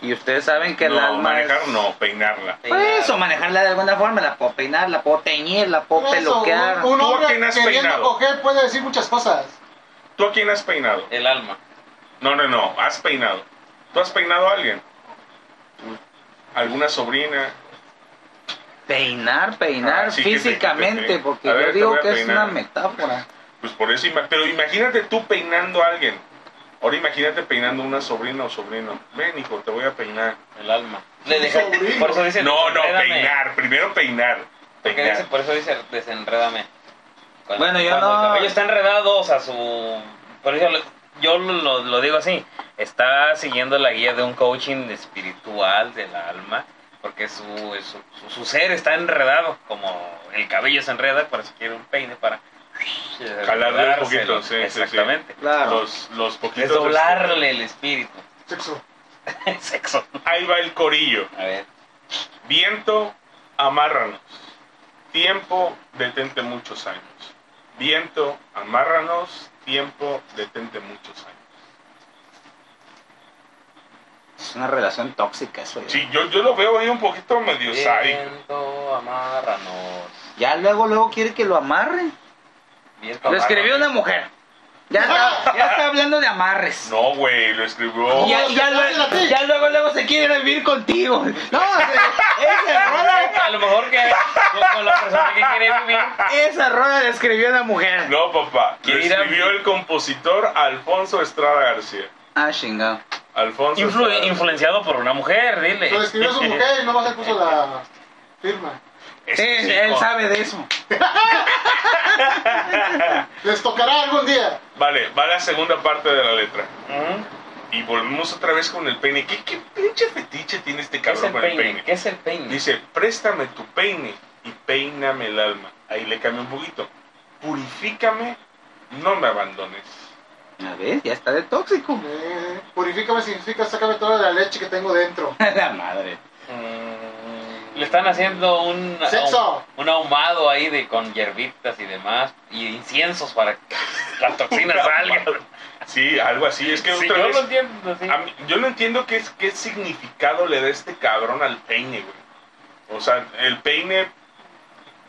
Speaker 3: Y ustedes saben que el
Speaker 5: No,
Speaker 3: alma
Speaker 5: manejar
Speaker 3: es-
Speaker 5: no, peinarla.
Speaker 3: Por eso, manejarla de alguna forma, la puedo peinar, la puedo teñir, la puedo
Speaker 2: Eso,
Speaker 3: peluquear.
Speaker 2: un, un
Speaker 5: ¿Tú a
Speaker 2: hombre
Speaker 5: quién has
Speaker 2: queriendo
Speaker 5: peinado?
Speaker 2: coger puede decir muchas cosas.
Speaker 5: ¿Tú a quién has peinado?
Speaker 4: el alma.
Speaker 5: No, no, no, has peinado. ¿Tú has peinado a alguien? ¿Alguna sobrina?
Speaker 3: Peinar, peinar
Speaker 5: Ah, sí, que te-
Speaker 3: físicamente,
Speaker 5: que te-
Speaker 3: porque
Speaker 5: a
Speaker 3: yo
Speaker 5: ver, te voy
Speaker 3: digo
Speaker 5: a
Speaker 3: que es
Speaker 5: peinar.
Speaker 3: una metáfora.
Speaker 5: Pues por eso, ima- pero imagínate tú peinando a alguien. Ahora imagínate peinando a una sobrina o sobrino. Ven, hijo, te voy a peinar.
Speaker 4: El alma. Le deja- por eso dice,
Speaker 5: No, no,
Speaker 4: "Enrédame".
Speaker 5: peinar. Primero peinar.
Speaker 4: Porque dice,
Speaker 5: Peinar.
Speaker 4: por eso dice, desenrédame. Cuando-
Speaker 3: Bueno, yo
Speaker 4: cuando
Speaker 3: no-
Speaker 4: El cabello está enredado, o sea, su... Por eso lo- yo lo, lo- lo digo así. Está siguiendo la guía de un coaching espiritual del alma. Porque su, su, su- su ser está enredado. Como el cabello se enreda, por eso quiere un peine para...
Speaker 5: Jalarle un poquito,
Speaker 4: enredárselo.
Speaker 5: sí, sí, sí.
Speaker 4: pues, Exactamente.
Speaker 3: Claro.
Speaker 5: Los, los
Speaker 4: Es
Speaker 5: poquitos.
Speaker 4: doblarle el espíritu. [laughs]
Speaker 2: Sexo.
Speaker 4: Sexo.
Speaker 5: Ahí va el corillo.
Speaker 4: A ver.
Speaker 5: Viento, amárranos. Tiempo, detente muchos años. Viento, amárranos. Tiempo, detente muchos años.
Speaker 3: Es una relación tóxica eso. ya.
Speaker 5: Sí, yo, yo lo veo ahí un poquito medio sádico.
Speaker 4: Viento, amárranos.
Speaker 3: Ya luego, luego quiere que lo amarre.
Speaker 4: Viento,
Speaker 3: Lo
Speaker 4: amárranos.
Speaker 3: escribió una mujer. Ya está, ya está hablando de amarres.
Speaker 5: No, güey, lo escribió.
Speaker 3: Y ya,
Speaker 2: Ah. No,
Speaker 3: ya
Speaker 2: que
Speaker 3: lue-
Speaker 2: hablen a ti.
Speaker 3: ya luego, luego se quiere vivir contigo. No,
Speaker 2: [laughs]
Speaker 3: se- esa rola,
Speaker 4: A lo mejor que con, con la persona que quiere vivir.
Speaker 3: esa rola la escribió una mujer.
Speaker 5: No, papá. Lo
Speaker 4: Quiere ir a-
Speaker 5: escribió el compositor Alfonso Estrada García.
Speaker 3: Ah, chingado.
Speaker 5: Alfonso.
Speaker 4: Influ-
Speaker 5: Estrada.
Speaker 4: influenciado por una mujer, dile.
Speaker 5: Pues
Speaker 2: Lo escribió su mujer y nomás él puso la firma.
Speaker 5: Este
Speaker 3: Sí, él
Speaker 5: chico.
Speaker 3: sabe de eso.
Speaker 2: Les tocará algún día.
Speaker 5: Vale, va la segunda parte de la letra.
Speaker 4: Ujú.
Speaker 5: Y volvemos otra vez con el peine. ¿Qué, qué pinche fetiche tiene este
Speaker 4: ¿Qué es el
Speaker 5: cabrón con el
Speaker 4: peine?
Speaker 5: peine?
Speaker 4: ¿Qué es el peine?
Speaker 5: Dice, préstame tu peine y peíname el alma. Ahí le cambia un poquito. Purifícame, no me abandones.
Speaker 3: A ver, ya está de tóxico.
Speaker 2: Eh, purifícame significa sácame toda la leche que tengo dentro.
Speaker 3: [laughs] La madre.
Speaker 4: Mm, Le están haciendo un,
Speaker 2: Sexo.
Speaker 4: un, un ahumado ahí de con hierbitas y demás. Y inciensos para que las
Speaker 5: [laughs]
Speaker 4: toxinas salgan.
Speaker 5: Sí, algo así. Es que
Speaker 4: Sí,
Speaker 5: otra
Speaker 4: yo
Speaker 5: vez,
Speaker 4: lo entiendo, sí.
Speaker 5: a mí- yo no entiendo qué, es- qué significado le da este cabrón al peine, güey. O sea, el peine,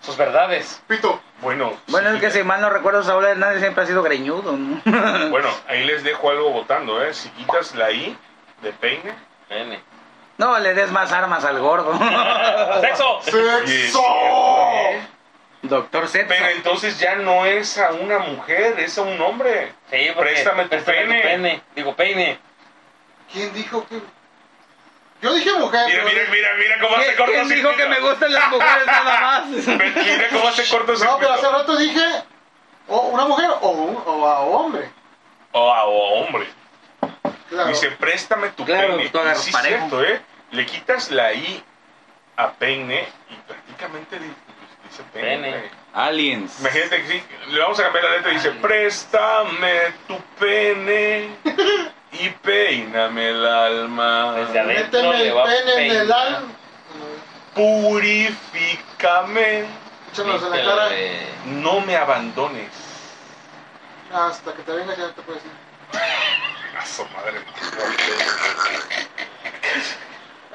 Speaker 4: Sus verdades.
Speaker 2: Pito.
Speaker 5: bueno...
Speaker 3: Bueno,
Speaker 5: sí,
Speaker 3: es que si mal no recuerdo, Saúl Hernández siempre ha sido greñudo, ¿no? [laughs]
Speaker 5: Bueno, ahí les dejo algo votando, ¿eh? Si quitas la I de peine...
Speaker 4: Pene.
Speaker 3: No le des más armas al gordo. [laughs]
Speaker 4: ¡Sexo!
Speaker 2: ¡Sexo!
Speaker 5: Sí,
Speaker 3: Doctor Z.
Speaker 5: Pero entonces ya no es a una mujer, es a un hombre.
Speaker 4: Sí, porque-
Speaker 5: Préstame tu pene.
Speaker 4: Digo, peine.
Speaker 2: ¿Quién dijo que.? Yo dije mujer.
Speaker 5: Mira,
Speaker 2: pero-
Speaker 5: mira, mira, mira cómo hace
Speaker 3: ¿Quién-
Speaker 5: corto
Speaker 3: ¿Quién dijo que me gustan las
Speaker 5: [laughs]
Speaker 3: mujeres nada más? [laughs]
Speaker 5: Mira cómo hace corto
Speaker 2: No, pero hace rato dije. O una mujer o, un, o a hombre.
Speaker 5: Oh, ah, oh, hombre.
Speaker 2: Claro.
Speaker 5: Dice, préstame tu
Speaker 3: Claro,
Speaker 5: peine.
Speaker 3: tú agarras
Speaker 5: Y sí, es
Speaker 3: parejo.
Speaker 5: cierto, ¿eh? Le quitas la I a peine y prácticamente di- pues, dice peine.
Speaker 4: Pene.
Speaker 5: güey.
Speaker 3: Aliens.
Speaker 5: Imagínate que sí, le vamos a cambiar la letra y dice, préstame tu pene y peíname el alma.
Speaker 4: Desde adentro. adentro
Speaker 2: Méteme
Speaker 4: le
Speaker 2: el
Speaker 4: va a
Speaker 2: pene en el
Speaker 4: peinar.
Speaker 2: alma.
Speaker 5: Purifícame,
Speaker 2: Échamelos en la
Speaker 4: Díselo
Speaker 2: cara.
Speaker 4: de-
Speaker 5: no me abandones.
Speaker 2: Hasta que te vengas ya te puedes ir.
Speaker 5: A su madre.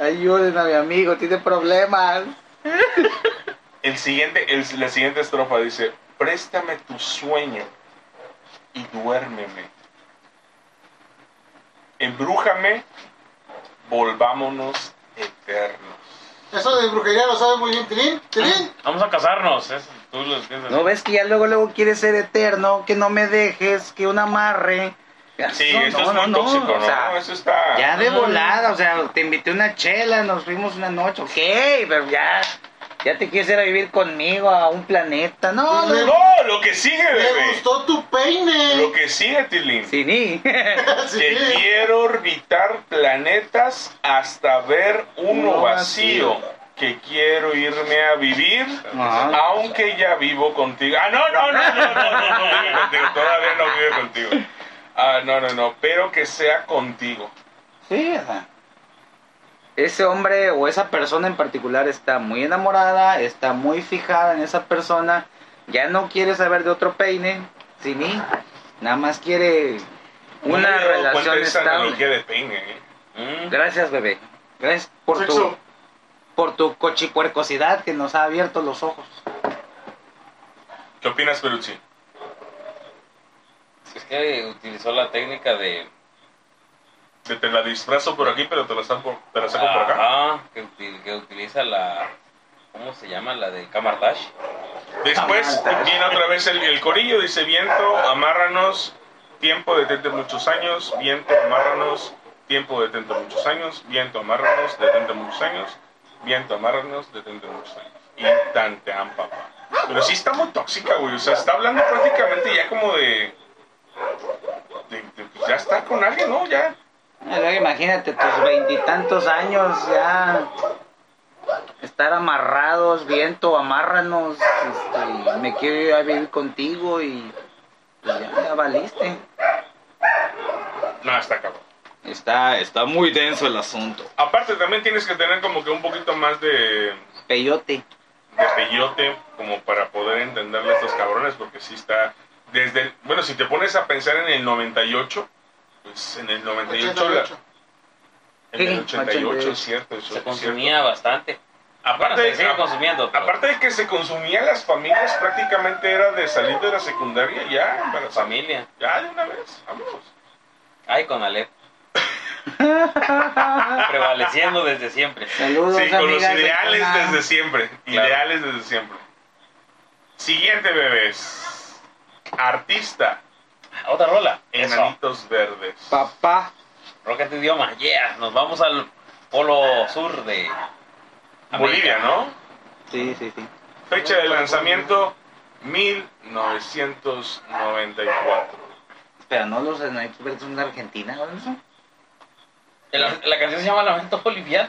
Speaker 3: Ayuden a mi amigo, tiene problemas.
Speaker 5: El siguiente, el- la siguiente estrofa dice, préstame tu sueño y duérmeme. Embrújame, volvámonos eternos.
Speaker 2: Eso de brujería lo sabe muy bien Tilín. Tilín.
Speaker 4: Vamos a casarnos. eso, tú lo piensas.
Speaker 3: ¿No ves que ya luego, luego quiere ser eterno? Que no me dejes, que un amarre.
Speaker 5: Sí,
Speaker 3: No,
Speaker 5: esto
Speaker 3: no,
Speaker 5: es muy
Speaker 3: no, no,
Speaker 5: tóxico, ¿no?
Speaker 3: o sea,
Speaker 5: Eso está...
Speaker 3: ya de
Speaker 4: No, no, no.
Speaker 3: volada, o sea, te invité una chela, nos fuimos una noche, ok, pero ya Ya te quieres ir a vivir conmigo a un planeta. No,
Speaker 2: Le-
Speaker 3: no.
Speaker 5: Pues No, lo que sigue,
Speaker 2: Me
Speaker 5: Ah, bebé.
Speaker 2: gustó tu peine.
Speaker 5: Lo que sigue, Tilín.
Speaker 3: Sí, ni. [laughs]
Speaker 2: [laughs] Sí.
Speaker 5: Te quiero orbitar planetas hasta ver uno
Speaker 3: Uno
Speaker 5: vacío.
Speaker 3: vacío.
Speaker 5: Que quiero irme a vivir,
Speaker 3: Ajá.
Speaker 5: aunque ya vivo contigo. Ah, no, no, no, no, no, no, no vive contigo. Todavía no vive contigo. Ah, no, no, no. Pero que sea contigo.
Speaker 3: Sí, o sea, Ese hombre o esa persona en particular está muy enamorada, está muy fijada en esa persona, ya no quiere saber de otro peine, sin ni, nada más quiere
Speaker 5: No me
Speaker 3: una
Speaker 5: había dado
Speaker 3: relación
Speaker 5: cuenta de pues, esa analogía
Speaker 3: estable.
Speaker 5: de peine. ¿eh? Mm.
Speaker 3: Gracias, bebé. Gracias por tu,
Speaker 2: Sexo.
Speaker 3: por tu cochicuercosidad que nos ha abierto los ojos.
Speaker 5: ¿Qué opinas, Perucci?
Speaker 4: Es que utilizó la técnica de.
Speaker 5: Que te la disfrazo por aquí, pero te la saco, te la saco por acá.
Speaker 4: Ajá, que, util- que utiliza la. ¿Cómo se llama? La de Camardash.
Speaker 5: Después
Speaker 3: Amarra.
Speaker 5: viene otra vez el, el corillo, dice viento, amárranos, tiempo detente muchos años, viento, amárranos, tiempo detente muchos años, viento, amárranos, detente muchos años, viento, amárranos, detente muchos años. Y tan te am, papá. Pero sí está muy tóxica, güey, o sea, está hablando prácticamente ya como de... de- de- pues ya está con alguien, ¿no? Ya.
Speaker 3: Ah, luego imagínate tus veintitantos años ya estar amarrados, viento, amárranos, este, me quiero ir a vivir contigo y pues ya, ya valiste.
Speaker 5: No, está cabrón.
Speaker 3: Está, está muy denso el asunto.
Speaker 5: Aparte también tienes que tener como que un poquito más de...
Speaker 3: Peyote.
Speaker 5: de peyote como para poder entenderle a estos cabrones, porque sí está desde el- bueno, si te pones a pensar en el 98, pues en el 98 la-
Speaker 2: 88.
Speaker 5: en el
Speaker 3: Sí,
Speaker 5: 88 es
Speaker 3: 88.
Speaker 5: cierto, eso
Speaker 4: Se
Speaker 5: es
Speaker 4: consumía bastante.
Speaker 5: cierto. Aparte
Speaker 4: Bueno,
Speaker 5: de
Speaker 4: se sigue
Speaker 5: a-
Speaker 4: consumiendo. pero
Speaker 5: aparte de que se consumían las familias prácticamente era de salir de la secundaria ya
Speaker 4: la
Speaker 5: embarazadas.
Speaker 4: familia.
Speaker 5: Ya de una vez, vámonos.
Speaker 4: Ay, con
Speaker 5: [laughs]
Speaker 4: Alep. Prevaleciendo desde siempre.
Speaker 3: Saludos,
Speaker 5: Sí, con los
Speaker 3: amigas de
Speaker 5: ideales
Speaker 3: Cana.
Speaker 5: desde siempre.
Speaker 4: Claro.
Speaker 5: Ideales desde siempre. Siguiente bebés. Artista,
Speaker 4: Otra rola. Eso.
Speaker 5: enanitos verdes.
Speaker 3: Papá.
Speaker 4: Rocket idioma. Yeah. Nos vamos al polo sur de América.
Speaker 5: Bolivia, ¿no?
Speaker 3: Sí, sí, sí.
Speaker 5: Fecha de lanzamiento 1994.
Speaker 3: Pero no los snipers son de Argentina, ¿no?
Speaker 4: La, la canción se llama Lamento Boliviano.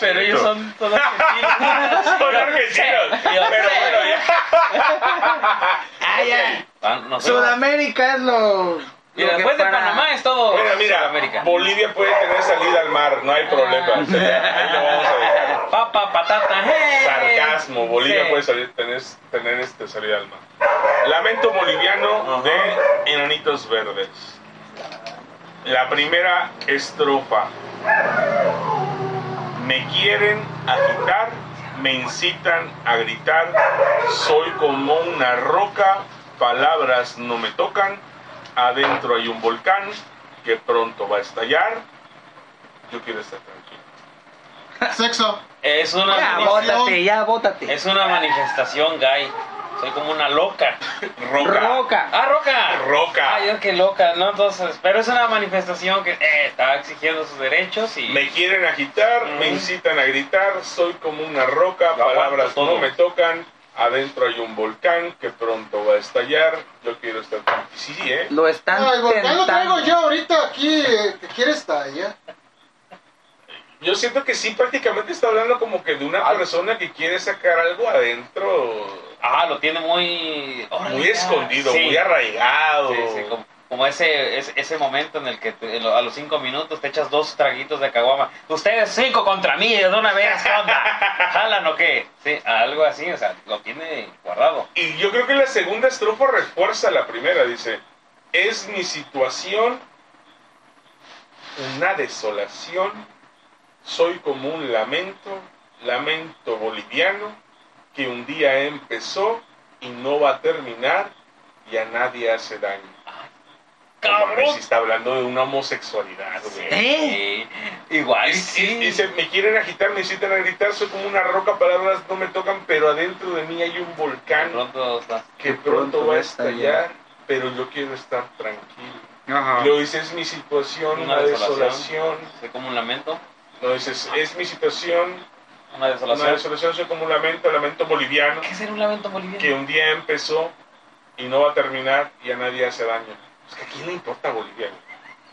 Speaker 4: Pero ellos son son argentinos.
Speaker 5: [laughs]
Speaker 4: [laughs]
Speaker 5: Son argentinos.
Speaker 4: Sí, yo
Speaker 5: Pero
Speaker 4: sé.
Speaker 5: bueno, ya.
Speaker 3: Ah,
Speaker 5: [laughs]
Speaker 3: ya.
Speaker 4: Ah, nos fuimos.
Speaker 3: Sudamérica es lo. lo
Speaker 4: Y después pues, de
Speaker 3: para-
Speaker 4: Panamá es todo
Speaker 5: Mira,
Speaker 4: Sudamérica.
Speaker 5: mira, Bolivia puede tener salida al mar, no hay problema.
Speaker 4: Ah.
Speaker 5: O sea, Ahí lo vamos a dejar.
Speaker 4: Papa, patata, hey.
Speaker 5: Sarcasmo, Bolivia pues.
Speaker 4: Sí.
Speaker 5: puede salir, tener, tener este, salida al mar. Lamento boliviano de Enanitos Verdes. La primera estrofa. Me quieren agitar, me incitan a gritar, soy como una roca, palabras no me tocan, adentro hay un volcán que pronto va a estallar. Yo quiero estar tranquilo.
Speaker 2: Sexo.
Speaker 4: Es una,
Speaker 3: Ya,
Speaker 4: manif-
Speaker 3: bótate, ya, bótate.
Speaker 4: es una manifestación, gay. Soy como una loca.
Speaker 3: Roca.
Speaker 4: ¡Ah, roca!
Speaker 5: Roca.
Speaker 4: ¡Ay, es que loca! No, entonces, pero es una manifestación que eh, está exigiendo sus derechos y...
Speaker 5: Me quieren agitar, me
Speaker 4: Mm.
Speaker 5: incitan a gritar, soy como una roca,
Speaker 4: Lo aguanto
Speaker 5: palabras no
Speaker 4: todo.
Speaker 5: me tocan, adentro hay un volcán que pronto va a estallar, yo quiero estar tranquilo. Sí, ¿eh?
Speaker 3: Lo están
Speaker 2: No, el volcán Ah, lo traigo
Speaker 3: tentando.
Speaker 2: yo ahorita aquí. eh, que quiere estar ya.
Speaker 5: Yo siento que sí, prácticamente está hablando como que de una persona que quiere sacar algo adentro,
Speaker 4: Ah, lo tiene muy... órale,
Speaker 5: muy
Speaker 4: ya.
Speaker 5: escondido,
Speaker 4: Sí.
Speaker 5: muy arraigado.
Speaker 4: Sí, sí, como, como ese, ese, ese momento en el que te- en lo- a los cinco minutos te echas dos traguitos de caguama. Ustedes cinco contra mí, de una vez, ¿qué onda? ¿Jalan o qué? Sí, algo así, o sea, lo tiene guardado.
Speaker 5: Y yo creo que la segunda estrofa refuerza la primera, dice, es mi situación una desolación, soy como un lamento, lamento boliviano, que un día empezó y no va a terminar y a nadie hace daño.
Speaker 4: ¡Cabrón!
Speaker 5: Si está hablando de una homosexualidad, güey.
Speaker 3: ¿Eh?
Speaker 4: Sí, igual,
Speaker 5: Y- y-
Speaker 4: sí.
Speaker 5: Dice, me quieren agitar, me incitan a gritar, soy como una roca, palabras no me tocan, pero adentro de mí hay un volcán
Speaker 4: Pronto, está-
Speaker 5: que pronto va a estallar, pero yo quiero estar tranquilo.
Speaker 3: Ah.
Speaker 5: Lo dices, es mi situación,
Speaker 4: Una
Speaker 5: una
Speaker 4: desolación.
Speaker 5: desolación.
Speaker 4: soy como un lamento.
Speaker 5: Lo dices, es mi situación,
Speaker 4: Una
Speaker 5: Una
Speaker 4: desolación.
Speaker 5: desolación es como un lamento, lamento boliviano,
Speaker 4: ¿Qué será un lamento boliviano?
Speaker 5: que un día empezó y no va a terminar y a nadie hace daño. Es que a quién le importa Bolivia.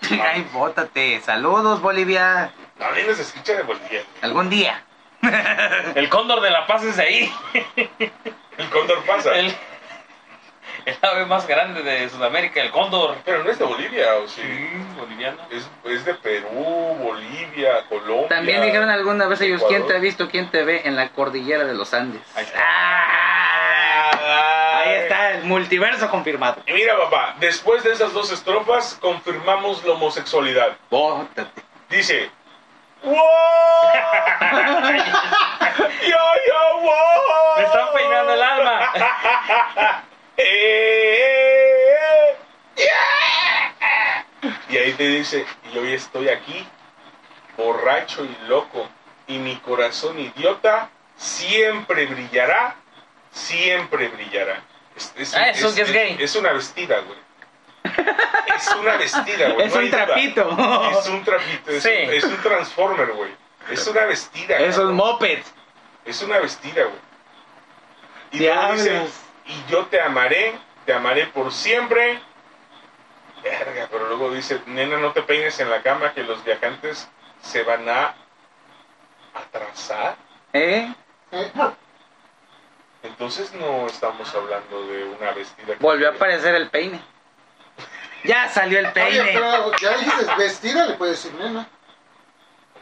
Speaker 3: [clears throat] Ay, bótate. Saludos, Bolivia.
Speaker 5: Nadie les escucha de Bolivia.
Speaker 3: Algún día.
Speaker 4: El cóndor de la paz es ahí.
Speaker 5: El cóndor pasa.
Speaker 4: El, el ave más grande de Sudamérica, el cóndor.
Speaker 5: Pero no es de Bolivia, o sí.
Speaker 4: Mm, boliviano.
Speaker 5: Es, es de Perú, Bolivia, Colombia.
Speaker 3: También dijeron alguna vez ellos, ¿quién
Speaker 5: Ecuador.
Speaker 3: te ha visto, quién te ve en la cordillera de los Andes?
Speaker 5: Ahí está.
Speaker 3: Ah, Ahí está, el multiverso confirmado.
Speaker 5: Y mira, papá, después de esas dos estrofas confirmamos la homosexualidad.
Speaker 3: Bótate.
Speaker 5: Dice.
Speaker 4: [laughs]
Speaker 5: "Wow". yo, yo, wow.
Speaker 4: Me están peinando el alma.
Speaker 5: [laughs] Eh, eh, eh. Yeah. Y ahí te dice, y hoy estoy aquí, borracho y loco, y mi corazón idiota siempre brillará, siempre brillará. Es,
Speaker 4: Ah, eso que es gay.
Speaker 5: Es una vestida,
Speaker 4: [laughs]
Speaker 5: güey. Es una vestida, güey.
Speaker 3: Es
Speaker 5: no
Speaker 3: un
Speaker 5: hay duda.
Speaker 3: trapito.
Speaker 5: Es un trapito, es,
Speaker 4: Sí.
Speaker 5: un, es un transformer, güey. Es una vestida.
Speaker 3: Es un
Speaker 5: cabrón.
Speaker 3: moped.
Speaker 5: Es una vestida, güey. Y luego
Speaker 3: Diablos.
Speaker 5: dice, y yo te amaré, te amaré por siempre. Verga, pero luego dice, nena, no te peines en la cama que los viajantes se van a atrasar.
Speaker 3: ¿Eh?
Speaker 2: ¿Eh?
Speaker 5: Entonces no estamos hablando de una vestida. que-
Speaker 3: Volvió a aparecer el peine. Ya salió el
Speaker 2: Oye,
Speaker 3: peine.
Speaker 2: pero ya dices vestida, le puedes decir nena.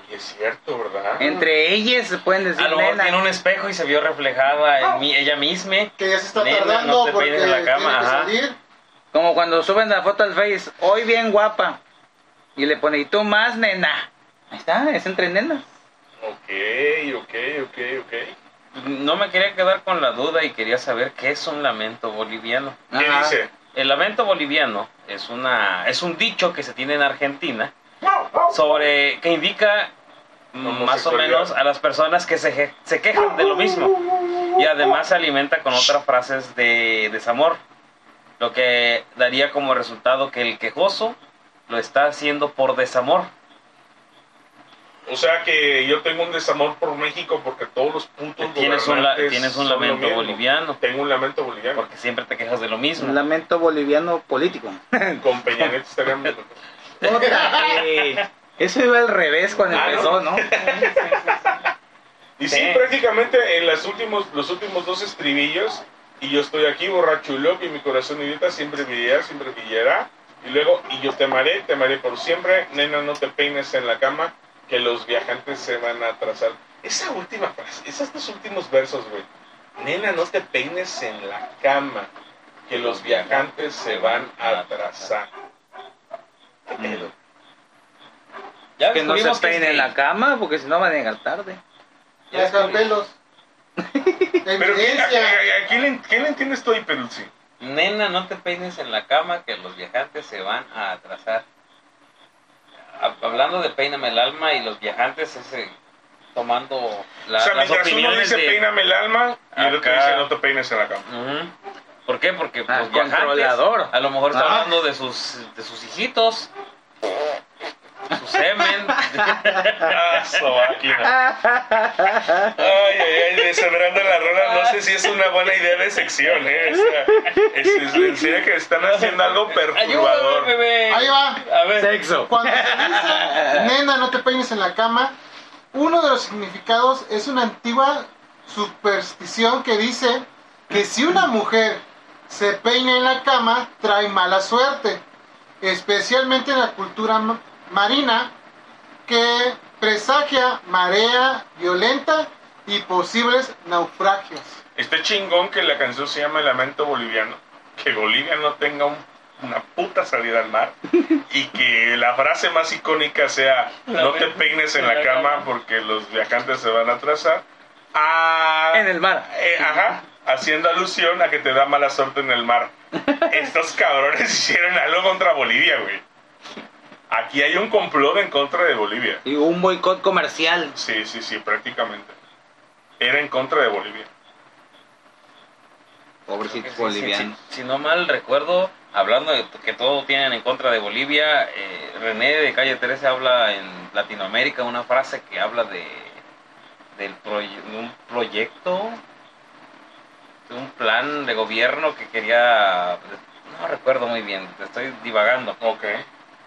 Speaker 5: Oye, es cierto, ¿verdad?
Speaker 3: Entre ellas se pueden decir
Speaker 4: A lo mejor
Speaker 3: nena.
Speaker 4: tiene un espejo y se vio reflejada en mí, ella misma.
Speaker 2: Que ya se está
Speaker 4: Nena, no
Speaker 2: tardando
Speaker 4: te
Speaker 2: porque
Speaker 4: peines en la cama,
Speaker 2: tiene que
Speaker 4: ajá.
Speaker 2: salir.
Speaker 3: Como cuando suben la foto al Face, hoy bien guapa. Y le pone, ¿y tú más, nena? Ahí está, es entre nenas.
Speaker 5: Ok, ok, ok, ok.
Speaker 4: No me quería quedar con la duda y quería saber qué es un lamento boliviano.
Speaker 5: ¿Qué
Speaker 3: Ajá.
Speaker 5: dice?
Speaker 4: El lamento boliviano es una es un dicho que se tiene en Argentina sobre que indica mm, más o
Speaker 5: Homosexualidad.
Speaker 4: menos a las personas que se, je- se quejan de lo mismo y además se alimenta con otras frases de desamor, lo que daría como resultado que el quejoso lo está haciendo por desamor.
Speaker 5: O sea que yo tengo un desamor por México porque todos los puntos
Speaker 4: Tienes un, la- tienes un lamento
Speaker 5: boliviano.
Speaker 4: boliviano
Speaker 5: Tengo un lamento boliviano.
Speaker 4: porque siempre te quejas de lo
Speaker 3: Es
Speaker 4: mismo.
Speaker 3: un lamento boliviano político.
Speaker 5: Con Peña Nieto estaría
Speaker 4: [laughs]
Speaker 5: muy contento. [laughs]
Speaker 3: Bótate. Eso iba al revés cuando
Speaker 5: Ah,
Speaker 3: empezó,
Speaker 5: [laughs]
Speaker 3: ¿no?
Speaker 5: Y sí,
Speaker 4: Sí.
Speaker 5: prácticamente en las últimos, los últimos dos estribillos, y yo estoy aquí borracho y loco, y mi corazón idiota siempre brillará, siempre brillará. Y luego, y yo te amaré, te amaré por siempre, nena, no te peines en la cama, que los viajantes se van a atrasar. Esa última frase, esos dos últimos versos, güey. Nena, no te peines en la cama, que los viajantes se van a atrasar. ¿Qué pedo?
Speaker 4: Ya
Speaker 3: Que no
Speaker 4: descubrimos
Speaker 3: se peine
Speaker 4: es
Speaker 3: en
Speaker 4: gay.
Speaker 3: la cama porque si no van a llegar tarde.
Speaker 2: Ya están pelos.
Speaker 5: Pero, ¿qué- a,
Speaker 2: Evidencia.
Speaker 5: a- a- a quién le, quién le entiendes tú ahí, Peruzzi?
Speaker 4: Nena, no te peines en la cama que los viajantes se van a atrasar. Ha- Hablando de peíname el alma y los viajantes ese, tomando la-
Speaker 5: o sea,
Speaker 4: las
Speaker 5: mientras uno
Speaker 4: opiniones
Speaker 5: dice
Speaker 4: de...
Speaker 5: peíname el alma y el otro
Speaker 4: Acá.
Speaker 5: dice no te peines en la cama.
Speaker 4: Ujú. ¿Por qué? Porque los
Speaker 3: Ah,
Speaker 4: viajantes
Speaker 3: controlador.
Speaker 4: a lo mejor está
Speaker 3: Ah.
Speaker 4: hablando de sus, de sus hijitos, su semen.
Speaker 5: Ah, su máquina. Ay, ay, ay, deshebrando la rola, no sé si es una buena idea de sección, ¿eh? O sea, es, es- en serio que están haciendo algo
Speaker 4: Ayúdame,
Speaker 5: perturbador.
Speaker 4: bebé.
Speaker 2: Ahí va.
Speaker 4: A ver.
Speaker 3: Sexo.
Speaker 2: Cuando se dice, nena, no te peines en la cama, uno de los significados es una antigua superstición que dice que si una mujer se peina en la cama, trae mala suerte, especialmente en la cultura ma- marina, que presagia marea violenta y posibles naufragios.
Speaker 5: Está chingón que la canción se llama Lamento Boliviano. Que Bolivia no tenga un- una puta salida al mar. Y que la frase más icónica sea No te peines en la cama porque los viajantes se van a atrasar. Ah,
Speaker 3: En el mar.
Speaker 5: Eh, ajá, haciendo alusión a que te da mala suerte en el
Speaker 3: [laughs]
Speaker 5: mar. Estos cabrones hicieron algo contra Bolivia, güey. Aquí hay un complot en contra de Bolivia.
Speaker 3: Y un boicot comercial.
Speaker 5: Sí, sí, sí, prácticamente. Era en contra de Bolivia.
Speaker 4: Sí,
Speaker 3: Pobrecitos
Speaker 4: sí,
Speaker 3: bolivianos.
Speaker 4: sí, sí. Si no mal recuerdo, hablando de que todo tienen en contra de Bolivia, eh, René de Calle 13 habla en Latinoamérica una frase que habla de del proye- de un proyecto, de un plan de gobierno que quería, no recuerdo muy bien, te estoy divagando,
Speaker 5: Ok.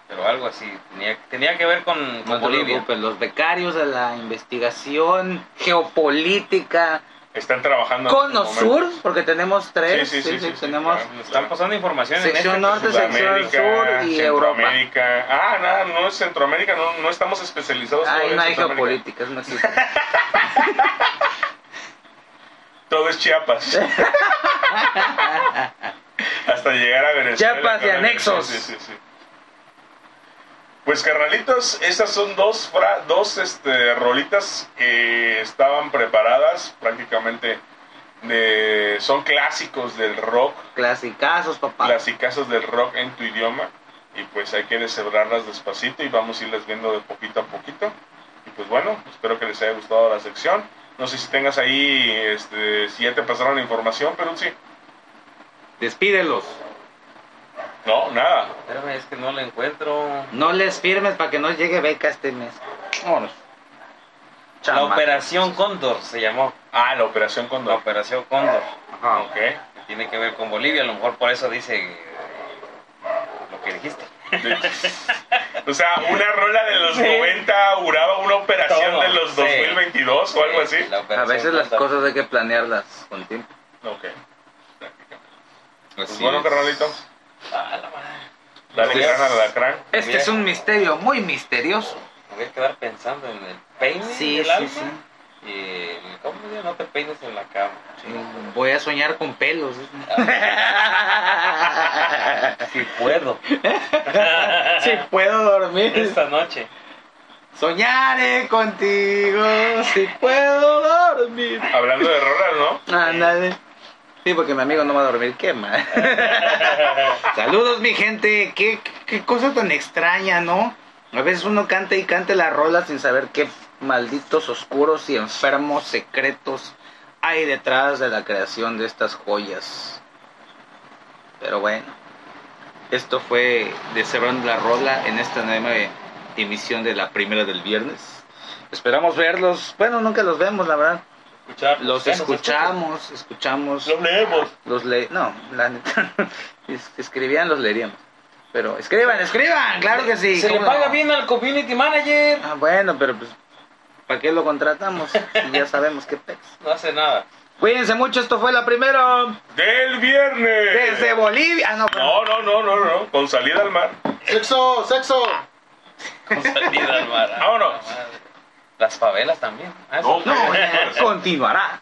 Speaker 4: pero algo así, tenía, tenía que ver con, con
Speaker 3: No te
Speaker 4: Bolivia.
Speaker 3: preocupes, los becarios de la investigación geopolítica
Speaker 5: Están trabajando. en
Speaker 3: cono
Speaker 5: este momento.
Speaker 3: sur, porque tenemos tres,
Speaker 5: Sí, sí, sí, sí, sí,
Speaker 3: tenemos
Speaker 5: claro.
Speaker 4: Están pasando información
Speaker 3: Sección
Speaker 4: en este
Speaker 3: norte, sección
Speaker 5: Sudamérica,
Speaker 3: sur y
Speaker 5: Centroamérica. Ah, nada, no es Centroamérica, no, no estamos especializados
Speaker 3: Ahí
Speaker 5: todavía en
Speaker 3: no hay
Speaker 5: Centroamérica.
Speaker 3: geopolítica, eso no
Speaker 5: [laughs]
Speaker 3: existe.
Speaker 5: Todo
Speaker 3: [laughs]
Speaker 5: es Chiapas. Hasta llegar a Venezuela.
Speaker 3: Chiapas y
Speaker 5: ¿no?
Speaker 3: anexos.
Speaker 5: Sí, sí, sí. Pues carnalitos, esas son dos, fra- dos este, rolitas que estaban preparadas prácticamente. De, son clásicos del rock,
Speaker 3: Clasicazos, papá.
Speaker 5: clasicazos del rock en tu idioma. Y pues hay que deshebrarlas despacito y vamos a irlas viendo de poquito a poquito. Y pues bueno, espero que les haya gustado la sección. No sé si tengas ahí, este, si ya te pasaron la información, pero sí.
Speaker 3: Despídelos.
Speaker 5: No, nada.
Speaker 4: Espérame, es que no lo encuentro.
Speaker 3: No les firmes para que no llegue beca este mes. Vámonos.
Speaker 4: La
Speaker 3: Chama.
Speaker 4: Operación Cóndor se llamó.
Speaker 5: Ah, la operación
Speaker 4: La
Speaker 5: Condor.
Speaker 4: Operación Cóndor. Ah.
Speaker 3: Ajá.
Speaker 5: Ok. [laughs]
Speaker 4: que Tiene que ver con Bolivia, a lo mejor por eso dice eh, lo que dijiste.
Speaker 5: O sea, una rola de los 90 duraba una operación
Speaker 4: Todo,
Speaker 5: de los
Speaker 4: sí.
Speaker 5: 2022 o algo así.
Speaker 4: La
Speaker 3: A
Speaker 4: Operación
Speaker 3: veces las
Speaker 4: Cóndor.
Speaker 3: cosas hay que planearlas con tiempo.
Speaker 5: Ok. Pues
Speaker 4: Así
Speaker 5: bueno,
Speaker 4: es.
Speaker 5: carnalito.
Speaker 4: Ah, la madre.
Speaker 5: Dale
Speaker 3: Así
Speaker 5: gran
Speaker 3: es.
Speaker 5: al alacrán.
Speaker 3: Este es un misterio muy misterioso.
Speaker 4: Me voy a quedar pensando en el peine
Speaker 3: Sí,
Speaker 4: del
Speaker 3: sí,
Speaker 4: alma
Speaker 3: sí.
Speaker 4: y el- ¿cómo se llama? no te peines en la cama.
Speaker 3: Voy a soñar con [laughs] pelos.
Speaker 4: Si
Speaker 3: [laughs]
Speaker 4: puedo.
Speaker 3: Si puedo dormir.
Speaker 4: Esta noche.
Speaker 3: Soñaré contigo si puedo dormir.
Speaker 5: Hablando de rolas, ¿no?
Speaker 3: Ándale. Eh. Sí, porque mi amigo no va a dormir, qué mal. Saludos, mi gente. Qué, qué cosa tan extraña, ¿no? A veces uno canta y canta la rola sin saber qué malditos oscuros y enfermos secretos hay detrás de la creación de estas joyas. Pero bueno, esto fue Deshebrando la Rola en esta nueva emisión de la primera del viernes. Esperamos verlos. Bueno, nunca los vemos, la verdad.
Speaker 4: Escuchar.
Speaker 3: Los
Speaker 4: Ya nos
Speaker 3: escuchamos, escuchamos,
Speaker 5: Los leemos.
Speaker 3: los le... No, la neta, [laughs] es- escribían, los leeríamos. Pero escriban, escriban, claro que sí.
Speaker 4: Se le
Speaker 3: ¿cómo no?
Speaker 4: paga bien al community manager.
Speaker 3: Ah, bueno, pero pues, ¿para qué lo contratamos? Si ya sabemos qué pex.
Speaker 4: No hace nada.
Speaker 3: Cuídense mucho, esto fue la primera
Speaker 5: Del [laughs] viernes.
Speaker 3: desde Bolivia. Ah, no, pero-
Speaker 5: No, no, no, no, no. Con salida al mar.
Speaker 2: Sexo, sexo.
Speaker 4: Con salida al mar. Ah,
Speaker 5: Vámonos.
Speaker 4: la madre. Las favelas también. Ah,
Speaker 5: No.
Speaker 4: sí.
Speaker 3: no, ya, continuará.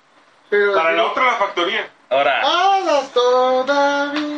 Speaker 2: Pero
Speaker 5: Para la otra, la factoría.
Speaker 4: Ahora.
Speaker 2: Alas todavía.